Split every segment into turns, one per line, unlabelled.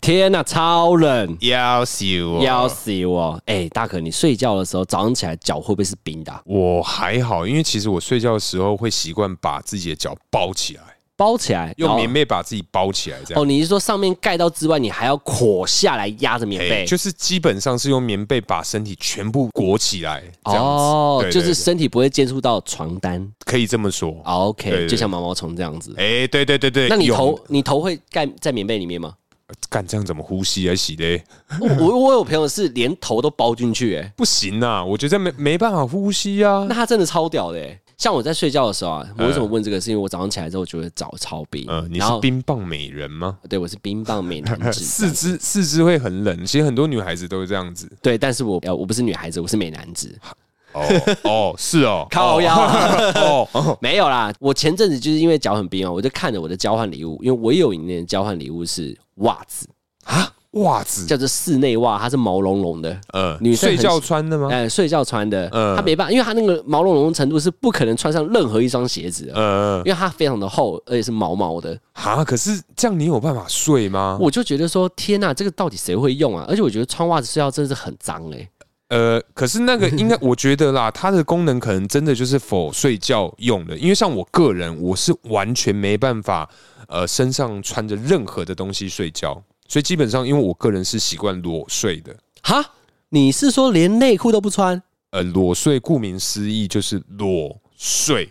天呐、超冷，
要死我！
要死我！哎、大可，你睡觉的时候早上起来脚会不会是冰的啊、
我还好，因为其实我睡觉的时候会习惯把自己的脚包起来，
包起来，然
用
后
棉被把自己包起来，这样。
哦，你是说上面盖到之外，你还要垮下来压着棉
哎
被？
就是基本上是用棉被把身体全部裹起来，这样子，
哦，
对对
就是
对
身体不会接触到床单。
可以这么说。
啊 OK，
对对
就像毛毛虫这样子。
哎，对对对对，
那你
有
头你头会盖在棉被里面吗？
干这样怎么呼吸啊？洗的
我我我有朋友是连头都包进去、哎，
不行啊，我觉得没没办法呼吸啊
那。他真的超屌的、哎。像我在睡觉的时候啊，我为什么问这个？是因为我早上起来之后觉得脚超冰，
嗯，你
然
是
后
冰棒美人吗？
对我是冰棒美男子，
四肢四肢会很冷，其实很多女孩子都是这样子。
对，但是我呃我不是女孩子，我是美男子，
哦哦，是哦，
靠腰啊
哦哦，
没有啦。我前阵子就是因为脚很冰哦，我就看着我的交换礼物，因为我有一年的交换礼物是袜子，
袜子，
叫做室内袜，它是毛茸茸的，
呃
女，生
睡
很
觉穿的吗？
呃，睡觉穿的，
嗯
它没办法，因为它那个毛茸茸的程度是不可能穿上任何一双鞋子的，
呃，
因为它非常的厚，而且是毛毛的。
哈，可是这样你有办法睡吗？
我就觉得说，天呐、这个到底谁会用啊？而且我觉得穿袜子睡觉真的是很脏哎、
呃，可是 那个应该，我觉得啦，它的功能可能真的就是否睡觉用的，因为像我个人，我是完全没办法，呃，身上穿着任何的东西睡觉，所以基本上，因为我个人是习惯裸睡的，
哈，你是说连内裤都不穿？
呃，裸睡顾名思义就是裸睡，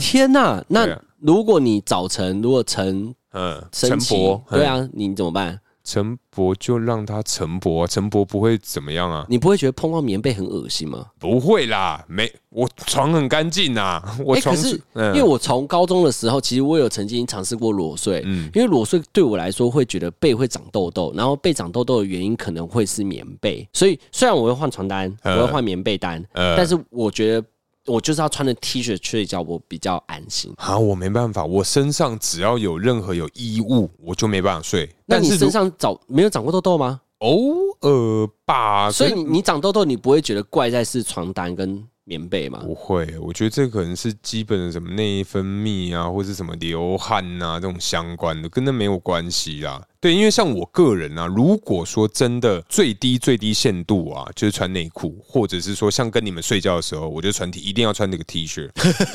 天呐、
对
那
啊
如果你早晨如果晨
嗯，
晨
陈
起
博，
对
嗯，
啊，你怎么办？
陈博就让他陈博，陈博不会怎么样啊，
你不会觉得碰到棉被很恶心吗？
不会啦，没，我床很干净啊， 我
哎
床
可是因
嗯
为我从高中的时候，其实我有曾经尝试过裸睡，
嗯
因为裸睡对我来说会觉得背会长痘痘，然后背长痘痘的原因可能会是棉被，所以虽然我会换床单，我
呃
会换棉被单，
呃
但是我觉得我就是要穿着 T 恤睡觉，我比较安心。
啊，我没办法，我身上只要有任何有衣物，我就没办法睡。
那
但
你
是
身
如
上长没有长过痘痘吗？
偶尔吧，
所以
啊可
你你长痘痘，你不会觉得怪在是床单跟棉被吗
是？不会，我觉得这可能是基本的什么内分泌啊，或是什么流汗啊这种相关的，跟那没有关系啦。对，因为像我个人啊，如果说真的最低最低限度啊，就是穿内裤，或者是说像跟你们睡觉的时候，我就穿 T，一定要穿那个 T 恤，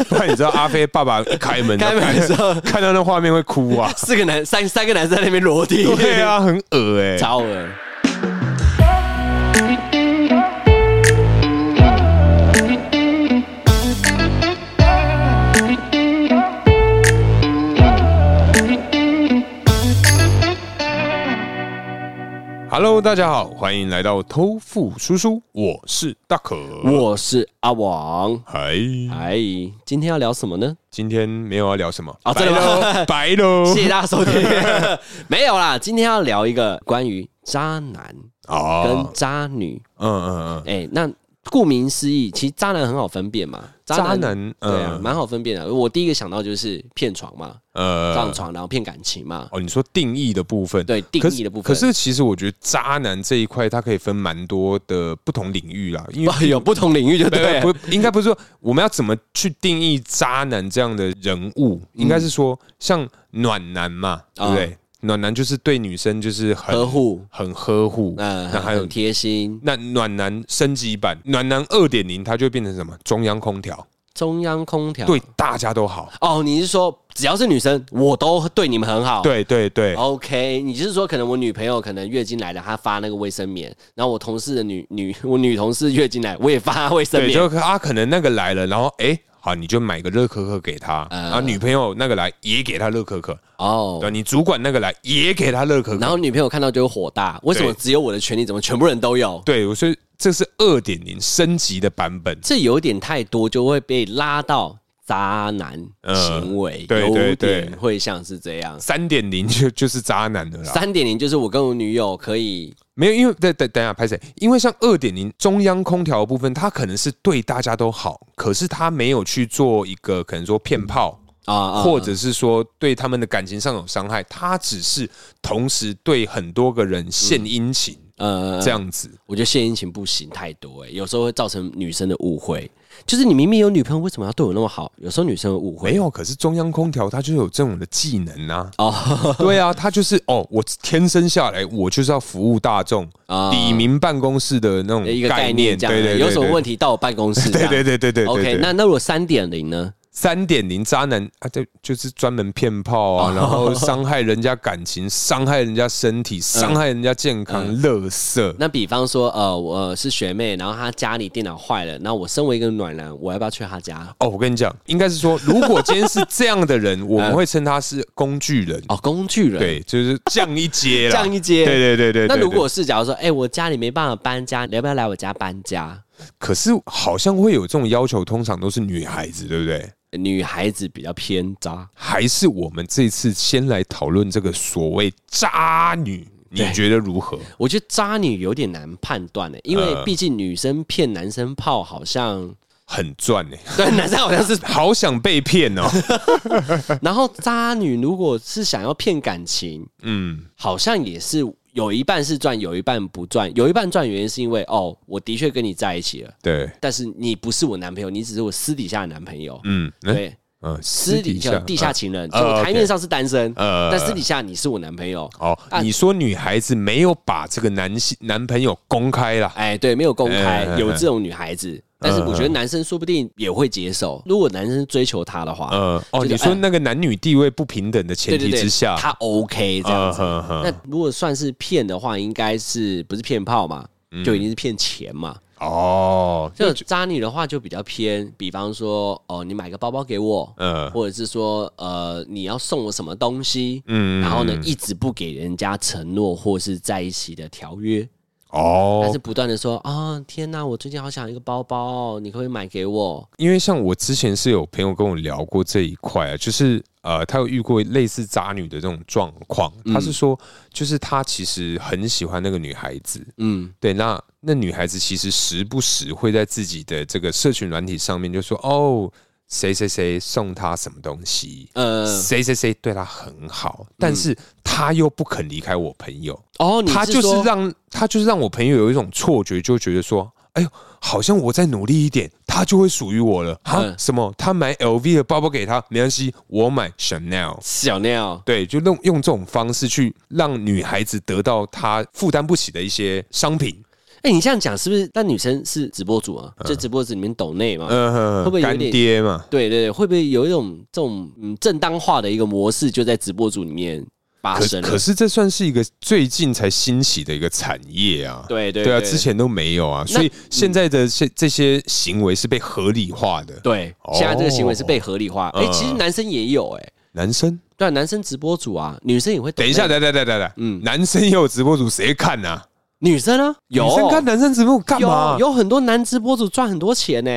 不然你知道阿飞爸爸一开门，
开门的时候。
看到那画面会哭 啊
四个男三三个男生在那边裸体，
对， 啊，很恶哎、
糟了。
Hello，大家好，欢迎来到偷富叔叔，我是大可。
我是阿王，
嗨，
哎，今天要聊什么 呢？
今天没有要聊什么
哦真的 吗
白喽，白
谢
喽。
谢大家收听。 没有啦，今天要聊一个关于渣男跟
哦，
渣女。
嗯嗯嗯，
哎、那顾名思义，其实渣男很好分辨嘛。
渣男，
对啊，
嗯
蛮好分辨的。我第一个想到就是骗床嘛，上
呃，
床然后骗感情嘛。
哦，你说定义的部分，
对定
可是
义的部分
可是其实我觉得渣男这一块，它可以分蛮多的不同领域啦，因为。
哇 有不同领域就对了
不，应该不是说我们要怎么去定义渣男这样的人物，
嗯
应该是说像暖男嘛，对不对？暖男就是对女生就是很
啊呵护，
很呵护，
嗯、
那还有
很贴心。
那暖男升级版，暖男二点零，它就会变成什么？中央空调，
中央空调，
对大家都好。
哦，你是说只要是女生，我都对你们很好。
对对对，
哦 OK，你就是说，可能我女朋友可能月经来了，她发那个卫生棉，然后我同事的女 女我女同事月经来，我也发卫生
对，
棉。
就啊，可能那个来了，然后哎、好，你就买个热可可给他，然后女朋友那个来也给他热可可，
啊哦
对，你主管那个来也给他热可
然
可，
后女朋友看到就会火大，为什么
对
只有我的权利，怎么全部人都有？
对，我说这是二点零升级的版本。
这有点太多，就会被拉到渣男
嗯
行为，
对对
有点
对啊
会像是这样。
三点零就就是渣男的啦，
三点零就是我跟我女友可以
没有，因为等等等一下拍谁？因为像二点零中央空调的部分，它可能是对大家都好，可是它没有去做一个可能说骗炮，
啊啊，
或者是说对他们的感情上有伤害，他只是同时对很多个人献殷勤、
呃
这样子。
我觉得献殷勤不行太多、欸，有时候会造成女生的误会。就是你明明有女朋友，为什么要对我那么好？有时候女生会误会。
没有，可是中央空调它就有这种的技能啊。
哦，
对啊，它就是哦，我天生下来我就是要服务大众，
啊
李明办公室的那种
一个概念
嗯念，
这
对
样，
对对，
有什么问
题？
题到我办公 室这
对
样。
对对对对对
OK，
对
那那如果三点零呢？
三点零渣男啊，这就是专门骗炮 啊，然后伤害人家感情，伤害人家身体，伤害人家健康，
嗯
垃圾。
那比方说，呃，我呃是学妹，然后她家里电脑坏了，那我身为一个暖男，我要不要去她家？
哦，我跟你讲，应该是说，如果今天是这样 的人，我们会称他是工具人，
嗯哦，工具人，
对，就是降一阶啦，
降一阶
对对对对。
那
对
如
对
果是假如说，哎、我家里没办法搬家，你要不要来我家搬家？
可是好像会有这种要求，通常都是女孩子，对不对？
女孩子比较偏渣，
还是我们这次先来讨论这个所谓渣女，你
对
觉得如何？
我觉得渣女有点难判断的、欸因为
呃
毕竟女生骗男生泡好像，
很赚呢、欸，
对，男生好像是。
好想被骗 哦。
然后渣女如果是想要骗感情，
嗯，
好像也是有一半是赚，有一半不赚，有一半赚原因是因为哦，我的确跟你在一起了，
对，
但是你不是我男朋友，你只是我私底下的男朋友，
嗯，嗯
对，
嗯，
私底 下地下情人，所以我
呃
台面上是单身，
呃
但私底下你是我男朋友。
哦，你说女孩子没有把这个男性男朋友公开啦，
哎，对，没有公开
哎哎，哎
有这种女孩子，但是我觉得男生说不定也会接受。如果男生追求她的话，
呃，哦，
就是
你说
哎
那个男女地位不平等的前
对对
提
对
之，下，
他 OK 这样子。
呃呵
那
呵
如果算是骗的话，应该是不是骗炮嘛？
嗯
就已经是骗钱嘛。
哦，
就渣女的话，就比较偏，比方说，哦，你买个包包给我，
呃，
或者是说，呃，你要送我什么东西，
嗯
然后呢，一直不给人家承诺或是在一起的条约，但
哦
是，不断的说，啊，天哪，我最近好想要一个包包，你可不可以买给我？
因为像我之前是有朋友跟我聊过这一块啊，就是呃，他有遇过类似渣女的这种状况，他是说，就是他其实很喜欢那个女孩子，
嗯，
对，那那女孩子其实时不时会在自己的这个社群软体上面就说哦，谁谁谁送她什么东西，
呃，
谁谁谁对她很好，但是她又不肯离开我朋友，
哦，嗯你
她就
说
是让她就是让我朋友有一种错觉，就觉得说。哎呦，好像我再努力一点，她就会属于我了哈、
嗯
什么？她买 LV 的包包给她，没关系，我买 Chanel。
小尿，
对，就用用这种方式去让女孩子得到她负担不起的一些商品。
哎、你这样讲是不是？那女生是直播主啊，就直播主里面抖内嘛。
嗯，
会不会有
干
点
爹嘛？
对对对，会不会有一种这种嗯正当化的一个模式，就在直播组里面发
可
生了
可？是这算是一个最近才兴起的一个产业啊。
对对嗯
对啊，之前都没有啊，所以现在的这这些行为是被合理化的。
对，
哦
现在这个行为是被合理化。哎、
嗯
其实男生也有哎、
男生，
对啊，男生直播主啊，女生也会抖内。
等一下，等一下等一下等一下，嗯，男生也有直播主，谁看呐？
女生啊，有
女生看男生直播主干嘛
有？有很多男直播主赚很多钱呢、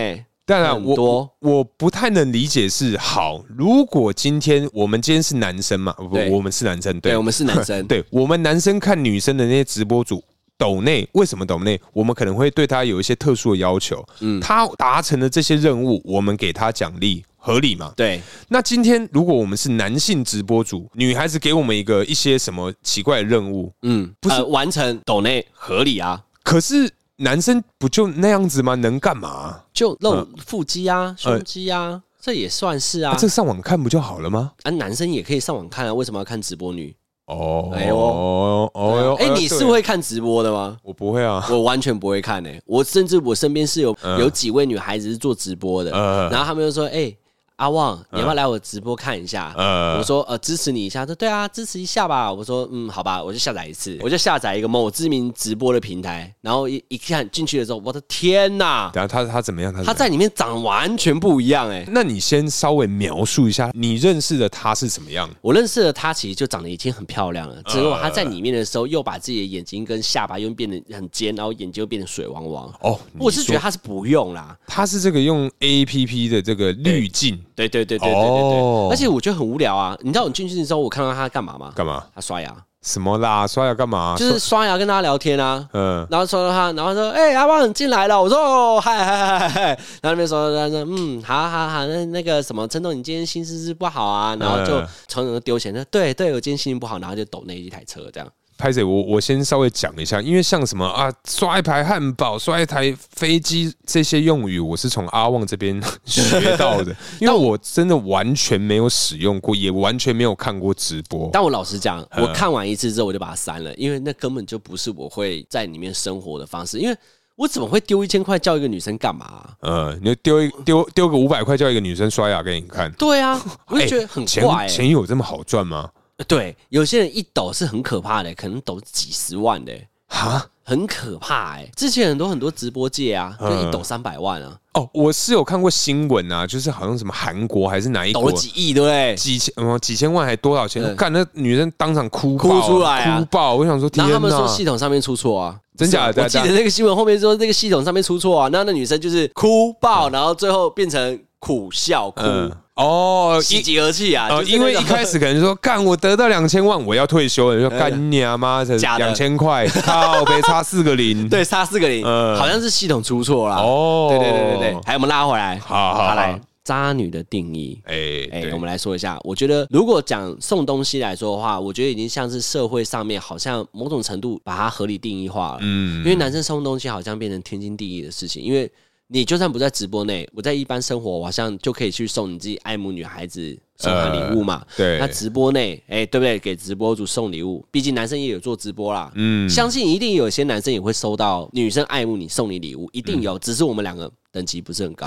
当然，
很
我
多
我我不太能理解是好。如果今天我们今天是男生嘛，不
对，
我们是男生，
对，
对
我，们是男生，
对我们男生看女生的那些直播主。抖内为什么抖内？我们可能会对他有一些特殊的要求。嗯，他达成了这些任务，我们给他奖励，合理吗？
对
那今天如果我们是男性直播主，女孩子给我们一个一些什么奇怪的任务，
嗯，不是、完成抖内合理啊，
可是男生不就那样子吗？能干嘛、
就露腹肌啊、胸肌啊，这也算是啊
嗯哎啊这。上网看不就好了吗？
啊，男生也可以上网看啊，为什么要看直播女？
哦，
哎呦
哦哟，
哎，你是
对
会看直播的吗？
我不会啊，
我完全不会看诶、我甚至我身边是有有几位女孩子是做直播的，
嗯
然后他们就说：“哎、阿旺，你要不要来我直播看一下？”
嗯
我说：“呃，支持你一下。”他说：“对啊，支持一下吧。”我说：“嗯，好吧，我就下载一次，我就下载一个某知名直播的平台，然后一一看进去的时候，我的天呐，
然后他他怎么样？他
他
他
在里面长完全不一样诶、哎
那你先稍微描述一下你认识的他是怎么样？
我认识的她其实就长得已经很漂亮了，只不过她在里面的时候又把自己的眼睛跟下巴又变得很尖，然后眼睛又变得水汪汪。
哦，
我是觉得
你说
她是不用啦，
他是这个用 A P P 的这个滤镜
对对对对对对对，
哦
而且我觉得很无聊啊。你知道我进去的时候，我看到她干嘛吗？
干嘛？
她刷牙，
什么啦？刷牙干嘛？
就是刷牙跟大家聊天啊。
嗯，
然后刷到她，然后说：“哎、阿旺你进来了。”我说：“哦，嗨嗨嗨嗨。”然后那边说：“他说嗯，好好好，那那个什么，陈总，你今天心情是不好啊？”然后就
嗯
从容地丢钱，说：“对对，我今天心情不好。”然后就抖那一台车这样。
拍谁？我我先稍微讲一下，因为像什么啊，刷一排汉堡、刷一台飞机这些用语，我是从阿旺这边 学到 的，因为我真的完全没有使用过，也完全没有看过直播。
但我老实讲，
嗯
我看完一次之后我就把它删了，因为那根本就不是我会在里面生活的方式。因为我怎么会丢一千块叫一个女生干嘛啊、
呃，你就丢一丢丢个五百块，叫一个女生刷牙给你看，哎
对啊，我就觉得很
钱
怪、欸
钱有这么好赚吗？
对，有些人一抖是很可怕的、可能抖几十万的、
哈，
很可怕哎、之前很多很多直播界啊，就
嗯
一抖三百万啊，
哦，我是有看过新闻啊，就是好像什么韩国还是哪一
抖
国
了几亿，对不对？
几千嗯几千万还多少钱？
嗯
我看那女生当场哭
哭
爆
出来啊
哭爆！我想说天
然后他们说
哪，
系统上面出错啊，
真假的
我记得
真
那个新闻后面说那个系统上面出错啊，那那女生就是哭爆，然后最后变成苦笑哭，
嗯哦
喜
一。
极而泣啊，
呃，
就是那
因为一
种
开始可能说干，我得到两千万，我要退休了。你说干你啊妈，才
假的
两千 块，靠北差四个零。，
对差四个零，
嗯
好像是系统出错啦。
哦，
对对对对对，还有我们拉回来，
好好好
来渣女的定义。
对，哎
哎、
对
我们来说一下，我觉得如果讲送东西来说的话，我觉得已经像是社会上面好像某种程度把它合理定义化了。因
嗯，
为男生送东西好像变成天经地义的事情，因为你就算不在直播内，我在一般生活，我好像就可以去送你自己爱慕女孩子送她礼物嘛。
呃对
那直播内，哎、对不对？给直播主送礼物，毕竟男生也有做直播啦。
嗯
相信一定有些男生也会收到女生爱慕你送你礼物，一
嗯
定有，只是我们两个等级不是很高，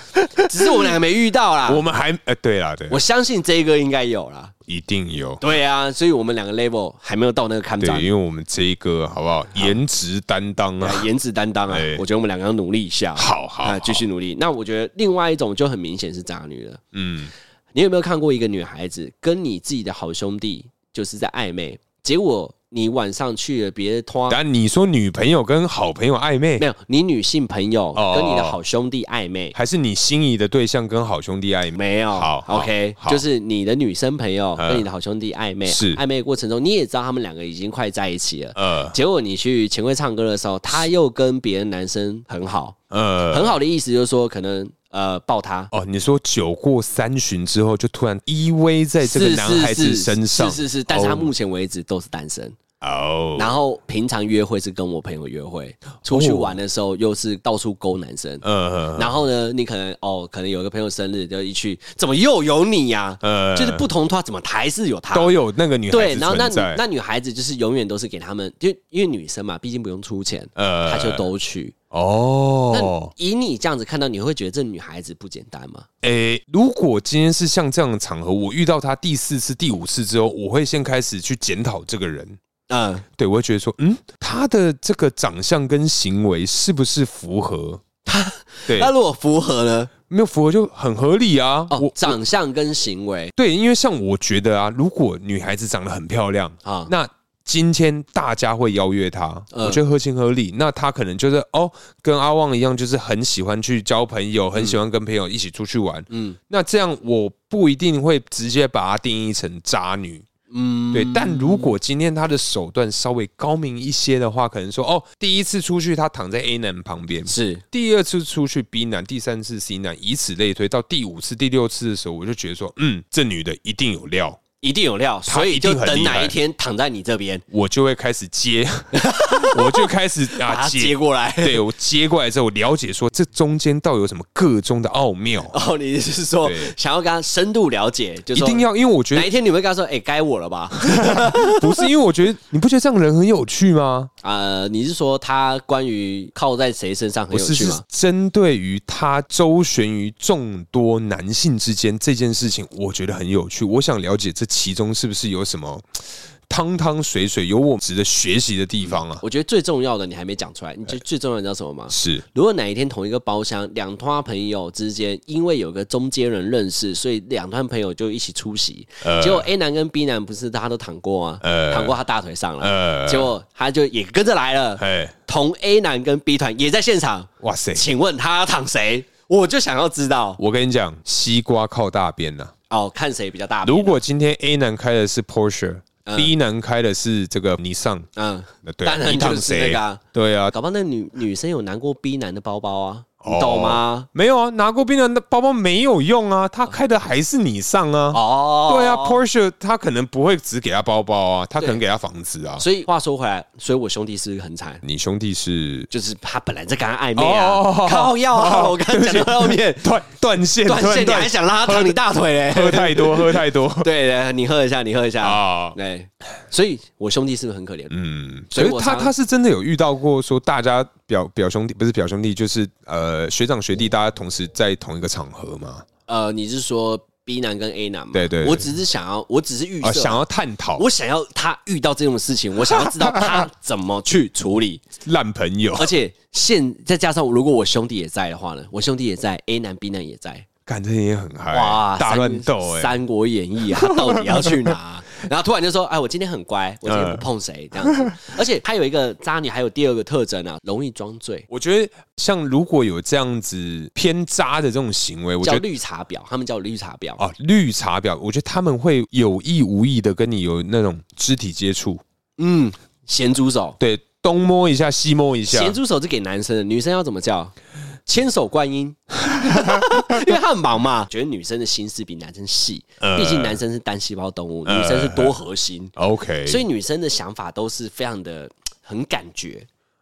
只是我们两个没遇到啦。
我
我
们还呃，对啦，对，
我相信这个应该有啦。
一定有。
对啊，所以我们两个 level 还没有到那个看
对
涨，
因为我们这一个好不好？颜值担当啊，
颜值担当啊
哎，
我觉得我们两个要努力一下。
好好
啊，
好
继续努力。那我觉得另外一种就很明显是渣女了。
嗯，
你有没有看过一个女孩子跟你自己的好兄弟就是在暧昧，结果你晚上去了别的拖，
但你说女朋友跟好朋友暧昧
没，有你女性朋友
哦
跟你的好兄弟暧昧，
还是你心仪的对象跟好兄弟暧昧？
没有，
好好
，OK，
好
就是你的女生朋友
嗯
跟你的好兄弟暧昧，
是
暧昧的过程中你也知道他们两个已经快在一起了。
呃
结果你去前会唱歌的时候，他又跟别的男生很好，
呃，
很好的意思就是说可能呃抱他，
哦，你说酒过三巡之后，就突然依偎在哎这个
是
男
是
孩
是
子身上，
是是是，但是他
哦
目前为止都是单身。
哦，
然后平常约会是跟我朋友约会，出去玩的时候又是到处勾男生。
呃
然后呢，你可能哦，可能有一个朋友生日，就一去，怎么又有你呀、
呃
就是不同的话，怎么还是有他？
都有那个女孩
对，
子
然后那女
存在，
那女孩子就是永远都是给他们，就因为女生嘛，毕竟不用出钱，
呃
她就都去。那
哦，
以你这样子看到，你会觉得这女孩子不简单吗？
诶、如果今天是像这样的场合，我遇到他第四次、第五次之后，我会先开始去检讨这个人。
嗯、
对，我会觉得说，嗯，他的这个长相跟行为是不是符合？ 对
那，如果符合呢？
没有符合就很合理啊。
哦
我，
长相跟行为
对，因为像我觉得啊，如果女孩子长得很漂亮，
啊，
那今天大家会邀约她，
嗯
我觉得合情合理。那她可能就是哦，跟阿旺一样，就是很喜欢去交朋友，很喜欢跟朋友一起出去玩。
嗯
那这样我不一定会直接把她定义成渣女，
嗯，
对。但如果今天她的手段稍微高明一些的话，可能说哦，第一次出去她躺在 A 男旁边，
是
第二次出去 B 男，第三次 C 男，以此类推，到第五次、第六次的时候，我就觉得说，嗯，这女的一定有料，
一定有料，所以
一定
就
很
等
厉
哪
害
一天躺在你这边，
我就会开始接， 我就开始
把
啊
它接。过来。
对我接过来之后，我了解说这中间到底有什么各中的奥妙，
哦，你是说
对
想要跟他深度了解，就
一
说
定要，因为我觉
哪
得
一天你会跟他说，哎、该我了吧？
不是，因为我觉得你不觉得这样的人很有趣吗？
呃，你是说他关于靠在谁身上很
不
有
是，
趣
是
吗？
针对于他周旋于众多男性之间这件事情，我觉得很有趣。我想了解这其中是不是有什么汤汤水水，有我值得学习的地方啊？
我觉得最重要的你还没讲出来，你觉得最重要的你知道什么吗？
是
如果哪一天同一个包厢两团朋友之间，因为有个中间人认识，所以两团朋友就一起出席。结果 A 男跟 B 男不是他都躺过啊，
呃
躺过他大腿上了，
呃
结果他就也跟着来了。
哎，
同 A 男跟 B 团也在现场，
哇塞！
请问他躺谁？我就想要知道
我跟你讲，西瓜靠大啊边呐、
哦，看谁比较大。
如果今天 A 男开的是 Porsche，B、男开的是这个尼桑，
嗯，
那对、
当
啊，
然
你躺
就是那
谁
个啊？
对啊，
搞不好那女女生有拿过 B 男的包包啊，
哦
你懂吗？
没有啊，拿过槟榔的包包没有用啊，他开的还是你上啊。
哦，
对啊，Porsche 他可能不会只给他包包啊，他可能
对
给他房子啊。
所以话说回来，所以我兄弟是不是很惨？
你兄弟是
就是他本来在跟他暧昧啊，
哦
靠药啊！我刚刚讲到后 面
断断 线，
断线，
突然
你还想拉他烫你大腿嘞？
喝太多，喝太多
对的，你喝一下，你喝一下。
啊。
对，所以我兄弟是不是很可怜？
嗯，
所
所
以
以
我
他
常
他是真的有遇到过说大家表表兄弟不是表兄弟，就是呃学长
嗯
学弟，大家同时在同一个场合嘛，
呃，你是说 B 男跟 A 男吗？
对对对
我只是想要，我只是预
啊、
设，
想要探讨
我想要他遇到这种事情，我想要知道他怎么去处 理。
烂朋友，
而且现再加上，如果我兄弟也在的话呢，我兄弟也在，A 男 B 男也在，
感觉也很嗨，
哇，
哎大
三
乱斗哎、
三国演义》啊，他到底要去 哪？然后突然就说：“哎，我今天很乖，我今
嗯
天不碰谁。”这样子。 而且他有一个渣女，还有第二个特征啊，容易装醉，
我觉得像如果有这样子偏渣的这种行为，我
叫
觉得。
绿茶婊，他们叫绿茶婊。
啊，绿茶婊，我觉得他们会有意无意的跟你有那种肢体接触，
嗯，咸猪手，
对，东摸一下，西摸一下，
咸猪手是给男生的，女生要怎么叫？千手观 音，因为他很忙嘛。觉得女生的心思比男生细，
嗯
毕竟男生是单细胞动物，女生是多核心，
OK，
所以女生的想法都是非常的很感觉，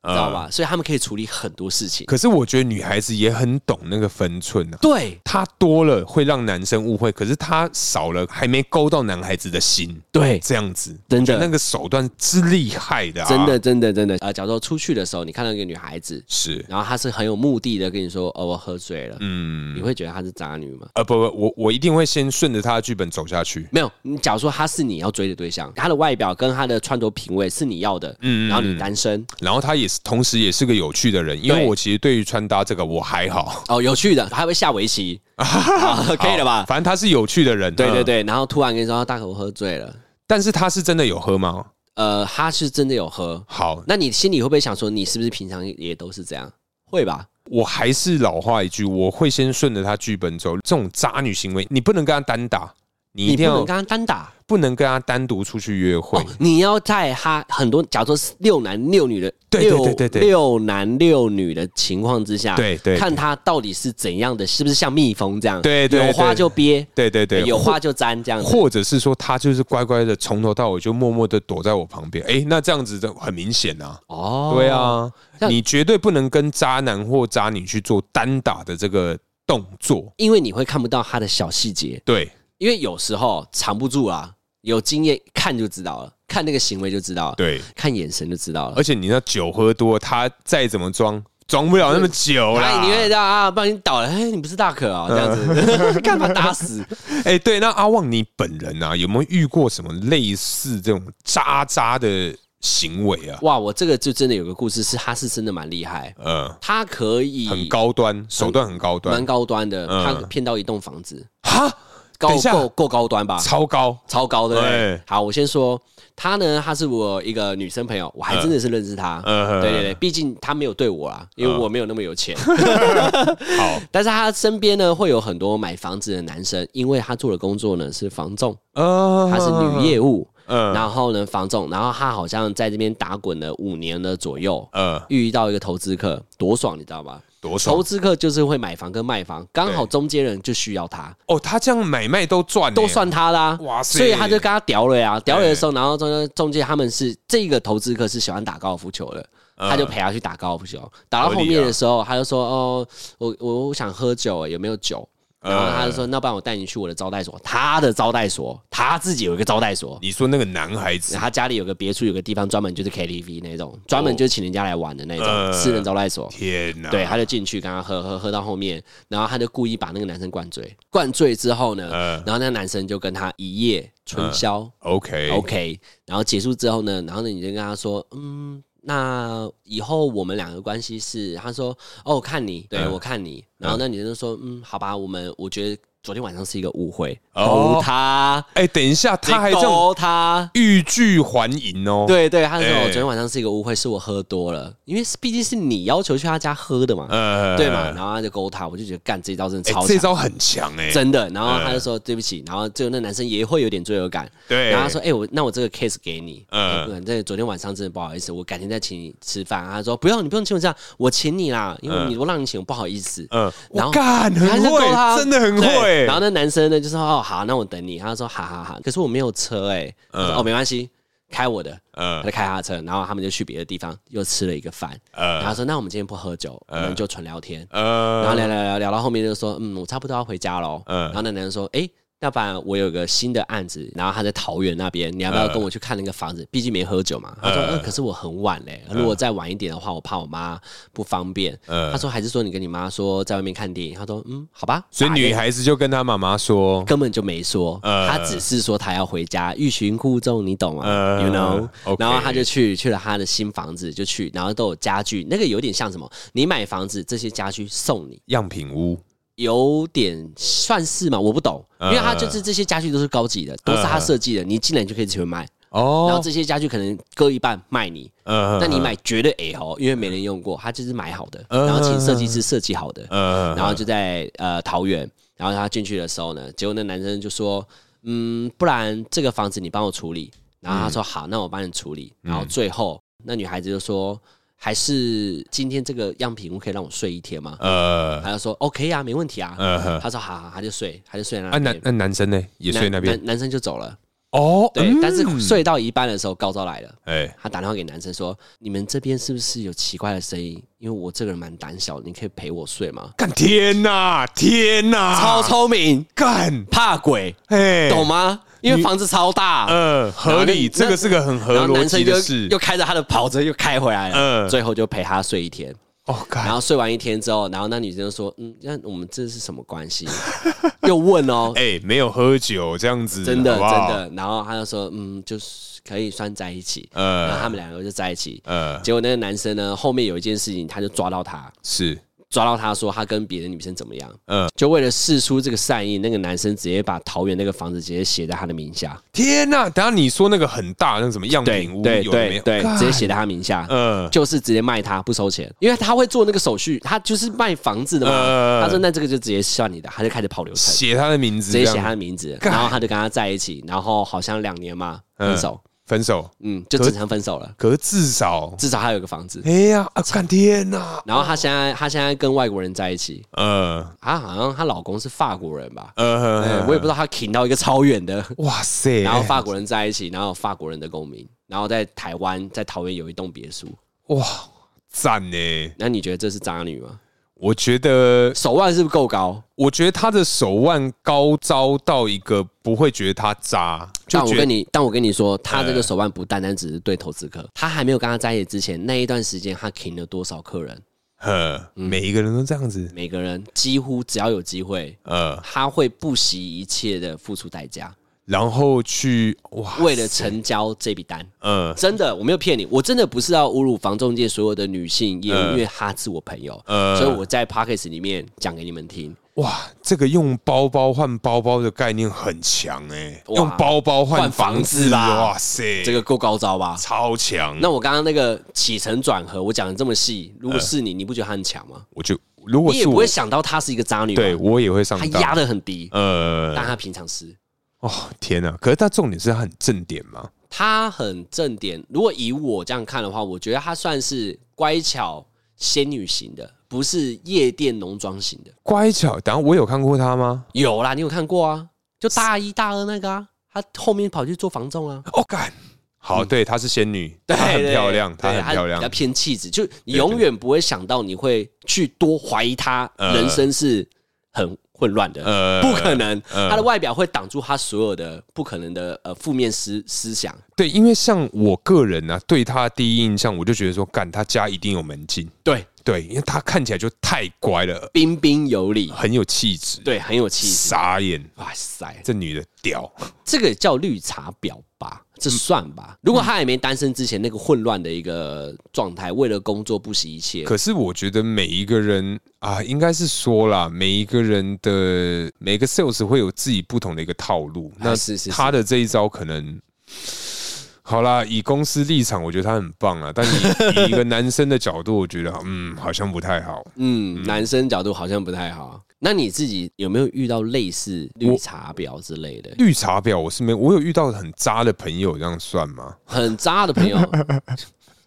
知道
嗯
吧？所以他们可以处理很多事情。
可是我觉得女孩子也很懂那个分寸啊。
对
她多了会让男生误会，可是她少了还没勾到男孩子的心，
对，
这样子
真的
那个手段之厉害的、啊，
真的真的真的。呃，假如说出去的时候，你看到一个女孩子，
是，
然后她是很有目的的跟你说：“哦，我喝醉了。”
嗯，
你会觉得她是渣女吗？
呃，不不，我我一定会先顺着她的剧本走下去，
没有，你假如说她是你要追的对象，她的外表跟她的穿着品味是你要的，嗯，然后你单身，
然后她也是同时也是个有趣的人，因为
对
我其实对于穿搭这个我还好，
哦，有趣的，还会下围 棋，啊可以了吧？
反正她是有趣的人，
对对
嗯，
对，然后突然跟你说哦大可我喝醉了，
但是她是真的有喝吗？
呃，她是真的有喝，
好，
那你心里会不会想说，你是不是平常也都是这样？会吧？
我还是老话一句，我会先顺着她剧本走。这种渣女行为，你不能跟她单打，你一
你不
定
能
要
跟他单打，
不能跟她单独出去约会。
哦你要在他很多，假如说是六男六女的，
对对
六
对对对
六男六女的情况之下，
对对对
看他到底是怎样的，是不是像蜜蜂这样？
对对对
有花就憋，
对对对，
有
或
花就粘这样子。
或者是说她就是乖乖的从头到尾就默默的躲在我旁边。哎，那这样子的很明显啊。
哦
对，啊，
那
你绝对不能跟渣男或渣女去做单打的这个动作。
因为你会看不到他的小细节，
对，
因为有时候藏不住啊，有经验看就知道了，看那个行为就知道了，
对，哦
看眼神就知道了。
而且你那酒喝多，他再怎么装，装不了那么久啦。
哎，你会这样啊？不然你倒了，哎，你不是大可啊？这样 子， 干嘛打死？
哎、对，那阿旺你本人啊，有没有遇过什么类似这种渣渣的行为啊？
哇，我这个就真的有个故事，是他是真的蛮厉害，
呃，
他可以
很高端，手段很高
蛮
端，
高端的，
嗯
他骗到一栋房子，
哈，
高
等一下
够够高端吧？
超高，
超高的、
哎
好，我先说他呢，他是我一个女生朋友，我还真的是认识他。
嗯
对对对，毕竟他没有对我啦，因为我没有那么有钱。
好，
但是他身边呢会有很多买房子的男生，因为他做的工作呢是房仲，
呃，
他是女，业务。
嗯
然后呢，房仲，然后他好像在这边打滚了五年了左右，
呃，
遇到一个投资客，多爽，你知道吗？
多
投
爽
资客就是会买房跟卖房，刚好中间人就需要他，
哦，他这样买卖都赚、欸，
都算他啦、
哇塞
所以他就跟他屌了呀、屌了的时候，然后中间中间他们是这个投资客是喜欢打高尔夫球的。
嗯
他就陪他去打高尔夫球，打到后面的时候，他就说：“哦，我我我想喝酒，有没有酒？”
嗯
然后他就说：“那不然我带你去我的招待所。”他的招待所，他自己有一个招待所，
你说那个男孩子，
他家里有个别墅，有个地方专门就是 KTV 那种，专
哦
门就是请人家来玩的那
呃
种私人招待所。
天哪、
对，他就进去跟他喝喝喝到后面，然后他就故意把那个男生灌醉，灌醉之后呢，
呃
然后那个男生就跟他一夜春
嗯
宵、
，OK
o k 然后结束之后呢，然后呢你就跟他说，嗯，那以后我们两个关系是，他说，哦，我看你，对、
嗯
我看你，然后那女生就说，嗯，好吧，我们我觉得昨天晚上是一个误会，
哦
勾他，
哎、等一下，他还这样
勾他。
欲拒还迎哦。，
对对，他说
哎
我昨天晚上是一个误会，是我喝多了，因为是毕竟是你要求去他家喝的嘛，
呃
对嘛，然后他就勾他，我就觉得干这一招真的
哎、
超
这
强，
招很强哎、
真的，然后他就说对不起，然后最后那男生也会有点罪恶感，
对，
然后他说：“哎、我那我这个 case 给你，
嗯
嗯，不能，这昨天晚上真的不好意思，我改天再请你吃饭。”他说：“不用，你不用请我吃饭，啊我请你啦，因为你我让你请，我不好意思。”
嗯，
然
我
后
干
还
嗯很
是勾他
会，真的很会
对。然后那男生呢就说：“哦，好，那我等你。”他说：“哈哈哈，可是我没有车哎、
嗯
他说：“哦，没关系，开我的。”他
呃
就开他的车，然后他们就去别的地方又吃了一个饭。然后
呃
他说：“那我们今天不喝酒，我
嗯
们就纯聊天。”然后
呃
聊聊聊聊到后面就说，嗯，我差不多要回家喽。
嗯
然后那男人说，哎、要不然我有个新的案子，然后他在桃园那边，你要不
嗯
要跟我去看那个房子？毕竟没喝酒嘛。他说，嗯、可是我很晚嘞，如
嗯
果再晚一点的话，我怕我妈不方便。
呃
他，说，还是说你跟你妈说在外面看电影？他说，嗯，好吧。
所以
打给
女孩子就跟她妈妈说，
根本就没说，
呃
他只是说他要回家，欲擒故纵，你懂吗、
呃
y o u know，、
OK
然后他就去去了他的新房子，就去，然后都有家具，那个有点像什么？你买房子，这些家具送你，
样品屋，
有点算是嘛，我不懂，
嗯
因为它就是这些家具都是高级的，都是他设计的，你进来你就可以随便买。然后
哦，
这些家具可能割一半卖你，
呃
那你买绝对 A 哦，因为没人用过，它就是买好的，
嗯
然后请设计师设计好的，
呃
然后就在呃桃园，然后他进去的时候呢，结果那男生就说，嗯，不然这个房子你帮我处理，然后他说好，那我帮你处理，
嗯
然后最后那女孩子就说，还是今天这个样品屋可以让我睡一天吗？
呃
他就说 OK 啊，没问题啊。
呃，
他说好好，好他就睡，他就睡在那
啊男
边。
那男生呢也睡那边
男男生就走了。
哦，
对，
嗯
但是睡到一半的时候，高招来了。
哎
他打电话给男生说：“你们这边是不是有奇怪的声音？因为我这个人蛮胆小，你可以陪我睡吗
干天呐天？”
超
呐，
聪明，
干
怕鬼，
哎，
懂吗？因为房子超大，
呃合理，
然后那
这个是个很
然
合
后
逻
男生
辑
就
的事
又开着他的跑车又开回来了，
嗯
最后就陪他睡一天。
哦
然
干
后睡完一天之后，然后那女生就说：“嗯，那我们这是什么关系？” 又问哦，
哎没有喝酒这样子，
真的
好
真
不好，
的。然后他就说，嗯，就是可以算在一起。然后
呃
他们两个就在一起。
呃
结果那个男生呢，后面有一件事情，他就抓到他，
是
抓到他说他跟别的女生怎么样。
嗯
就为了试出这个善意，那个男生直接把桃园那个房子直接写在他的名下，
天呐！等下你说那个很大那个什么样
对
品屋
对
有的没
对
有？
对，
干
直接写在他名下，
呃
就是直接卖他不收钱，因为他会做那个手续，他就是卖房子的
呃
嘛。他说那这个就直接算你的，他就开始跑流程。
写他的名字，
直接写
这样
他的名字，
干
然后他就跟他在一起，然后好像两年嘛
嗯
分手，
分手，
嗯，就正常分手了，
可是至少
至少他有个房子。
哎呀啊干天呐！
然后他现在他现在跟外国人在一起，
呃
她好像她老公是法国人吧？对
呃，
我也不知道他挺到一个超远的，
哇塞，
然后法国人在一起，然后有法国人的公民，然后在台湾在桃园有一栋别墅。
哇赞呢！
那你觉得这是渣女吗？
我觉得，
手腕是不是够高？
我觉得他的手腕高招到一个不会觉得他渣，就
但我
觉嗯
跟
得
你，但我跟你说，他这个手腕不单单只是对投资客，他还没有跟他在一起之前那一段时间，他挺了多少客人？
呃
嗯
每一个人都这样子，
每个人几乎只要有机会，
呃，
他会不惜一切的付出代价，
然后去哇，
为了成交这笔单。
呃
真的，我没有骗你，我真的不是要侮辱房中介所有的女性业务，因为她是我朋友，
呃
所以我在 p o c k e t 里面讲给你们听。
哇，这个用包包换包包的概念很强哎、
哇
用包包换
换
房
房
子，啊
子啦
哇塞，
这
这个
个够高招吧？
超强。
那我刚刚那个起承转合，我讲的这么细，如果是你，你不觉得她很强吗？
我就如果
你也
嗯是
不
我
会，想到她是一个渣女吧，
对我也会上
她压
当。
得很低，但
呃，
她平常是。
哦天啊！可是他重点是他很正点嘛，
她很正点。如果以我这样看的话，我觉得她算是乖巧仙女型的，不是夜店浓妆型的。
乖巧。然后我有看过他吗？
有啦，你有看过啊？就大一、大二那个啊，她后面跑去做房仲 啊。
哦，干，好，对，她是仙女，她
嗯对，
很
对
漂亮，
对
她很漂
比较
亮。
偏气质，就你永远不会想到你会去多怀疑她
呃
人生是很混乱的。
呃
不可能，
呃
她的外表会挡住她所有的不可能的呃负面思思想。
对，因为像我个人呢、啊，对她第一印象我就觉得说，干，她家一定有门禁。
对，
对，因为他看起来就太乖了，
彬彬有礼，
很有气质，
对，很有气势。
傻眼，
哇塞，
这女的屌，
这个叫绿茶婊吧？这算吧？如果他还没单身之前那个混乱的一个状态，为了工作不惜一切，
可是我觉得每一个人啊，应该是说啦，每一个人的每个 sales 会有自己不同的一个套路。那
啊是是是
他的这一招可能。好啦，以公司立场，我觉得他很棒啊。但以以一个男生的角度，我觉得嗯，好像不太好。
嗯，男生角度好像不太好。那你自己有没有遇到类似绿茶婊之类 的
绿茶婊，我是没，我有遇到很渣的朋友，这样算吗？
很渣的朋友？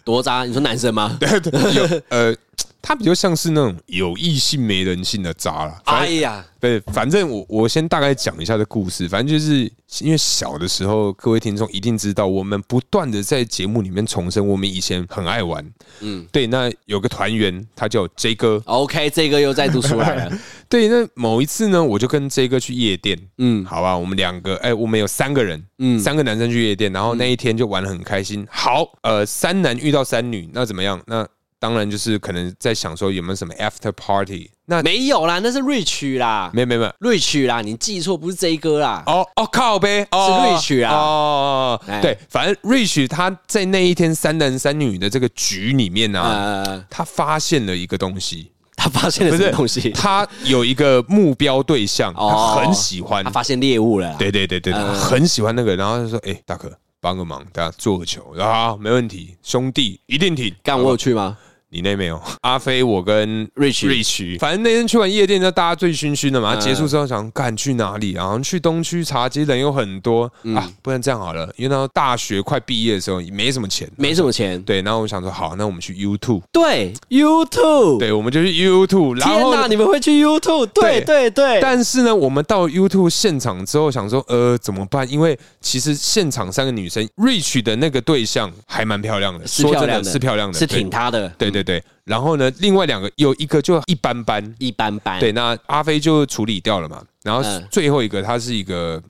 多渣？你说男生吗？
有呃，他比较像是那种有异性没人性的渣啦。反
哎
正
呀，
对，反正我我先大概讲一下这故事。反正就是因为小的时候，各位听众一定知道，我们不断的在节目里面重申，我们以前很爱玩。嗯，对。那有个团员，他叫 J 哥。
OK，这个又再度出来 了。
对，那某一次呢，我就跟 J 哥去夜店。
嗯
好吧，我们两个，哎、我们有三个人，
嗯
嗯，三个男生去夜店，然后那一天就玩的很开心。好，呃，三男遇到三女，那怎么样？那当然就是可能在想说有没有什么 after party。那
没有啦，那是 Rich 啦
没有没有没有，
，Rich 啦，你记错，不是 J 哥啦。
哦哦靠呗，哦
是 Rich 啊
哦，
哎
对，反正 Rich 他在那一天三男三女的这个局里面呢、啊，
呃，
他发现了一个东西，
他发现了
不
什
是
么东西？
他有一个目标对象，
哦
他很喜欢
他，发现猎物了啦。
对对对对，对
嗯
很喜欢那个，然后他就说，哎，大哥。帮个忙，大家做个球，然后好没问题，兄弟一定挺。
干我有去吗？
你那没有？阿飞，我跟
Rich
Rich，反正那天去完夜店，那大家醉醺醺的嘛。
嗯
结束之后想，干去哪里啊？好像去东区茶街，人有很多
嗯
啊。不然这样好了，因为那时候大学快毕业的时候也没什么钱，
没什么钱。
对。然后我想说，好，那我们去 U Two，
对，YouTube。
对，我们就去 U Two。然
天
后呢
哪，你们会去 YouTube？对对对。
但是呢，我们到 YouTube 现场之后，想说，呃，怎么办？因为其实现场三个女生 Rich 的那个对象还蛮漂亮的，
是
说
漂
真
亮
的
的，
是漂亮的，
是
对
挺他的，嗯
对对对。然后呢，另外两个有一个就一般般，
一般般。
对，那阿飞就处理掉了嘛。然后
嗯
最后一个，他是一个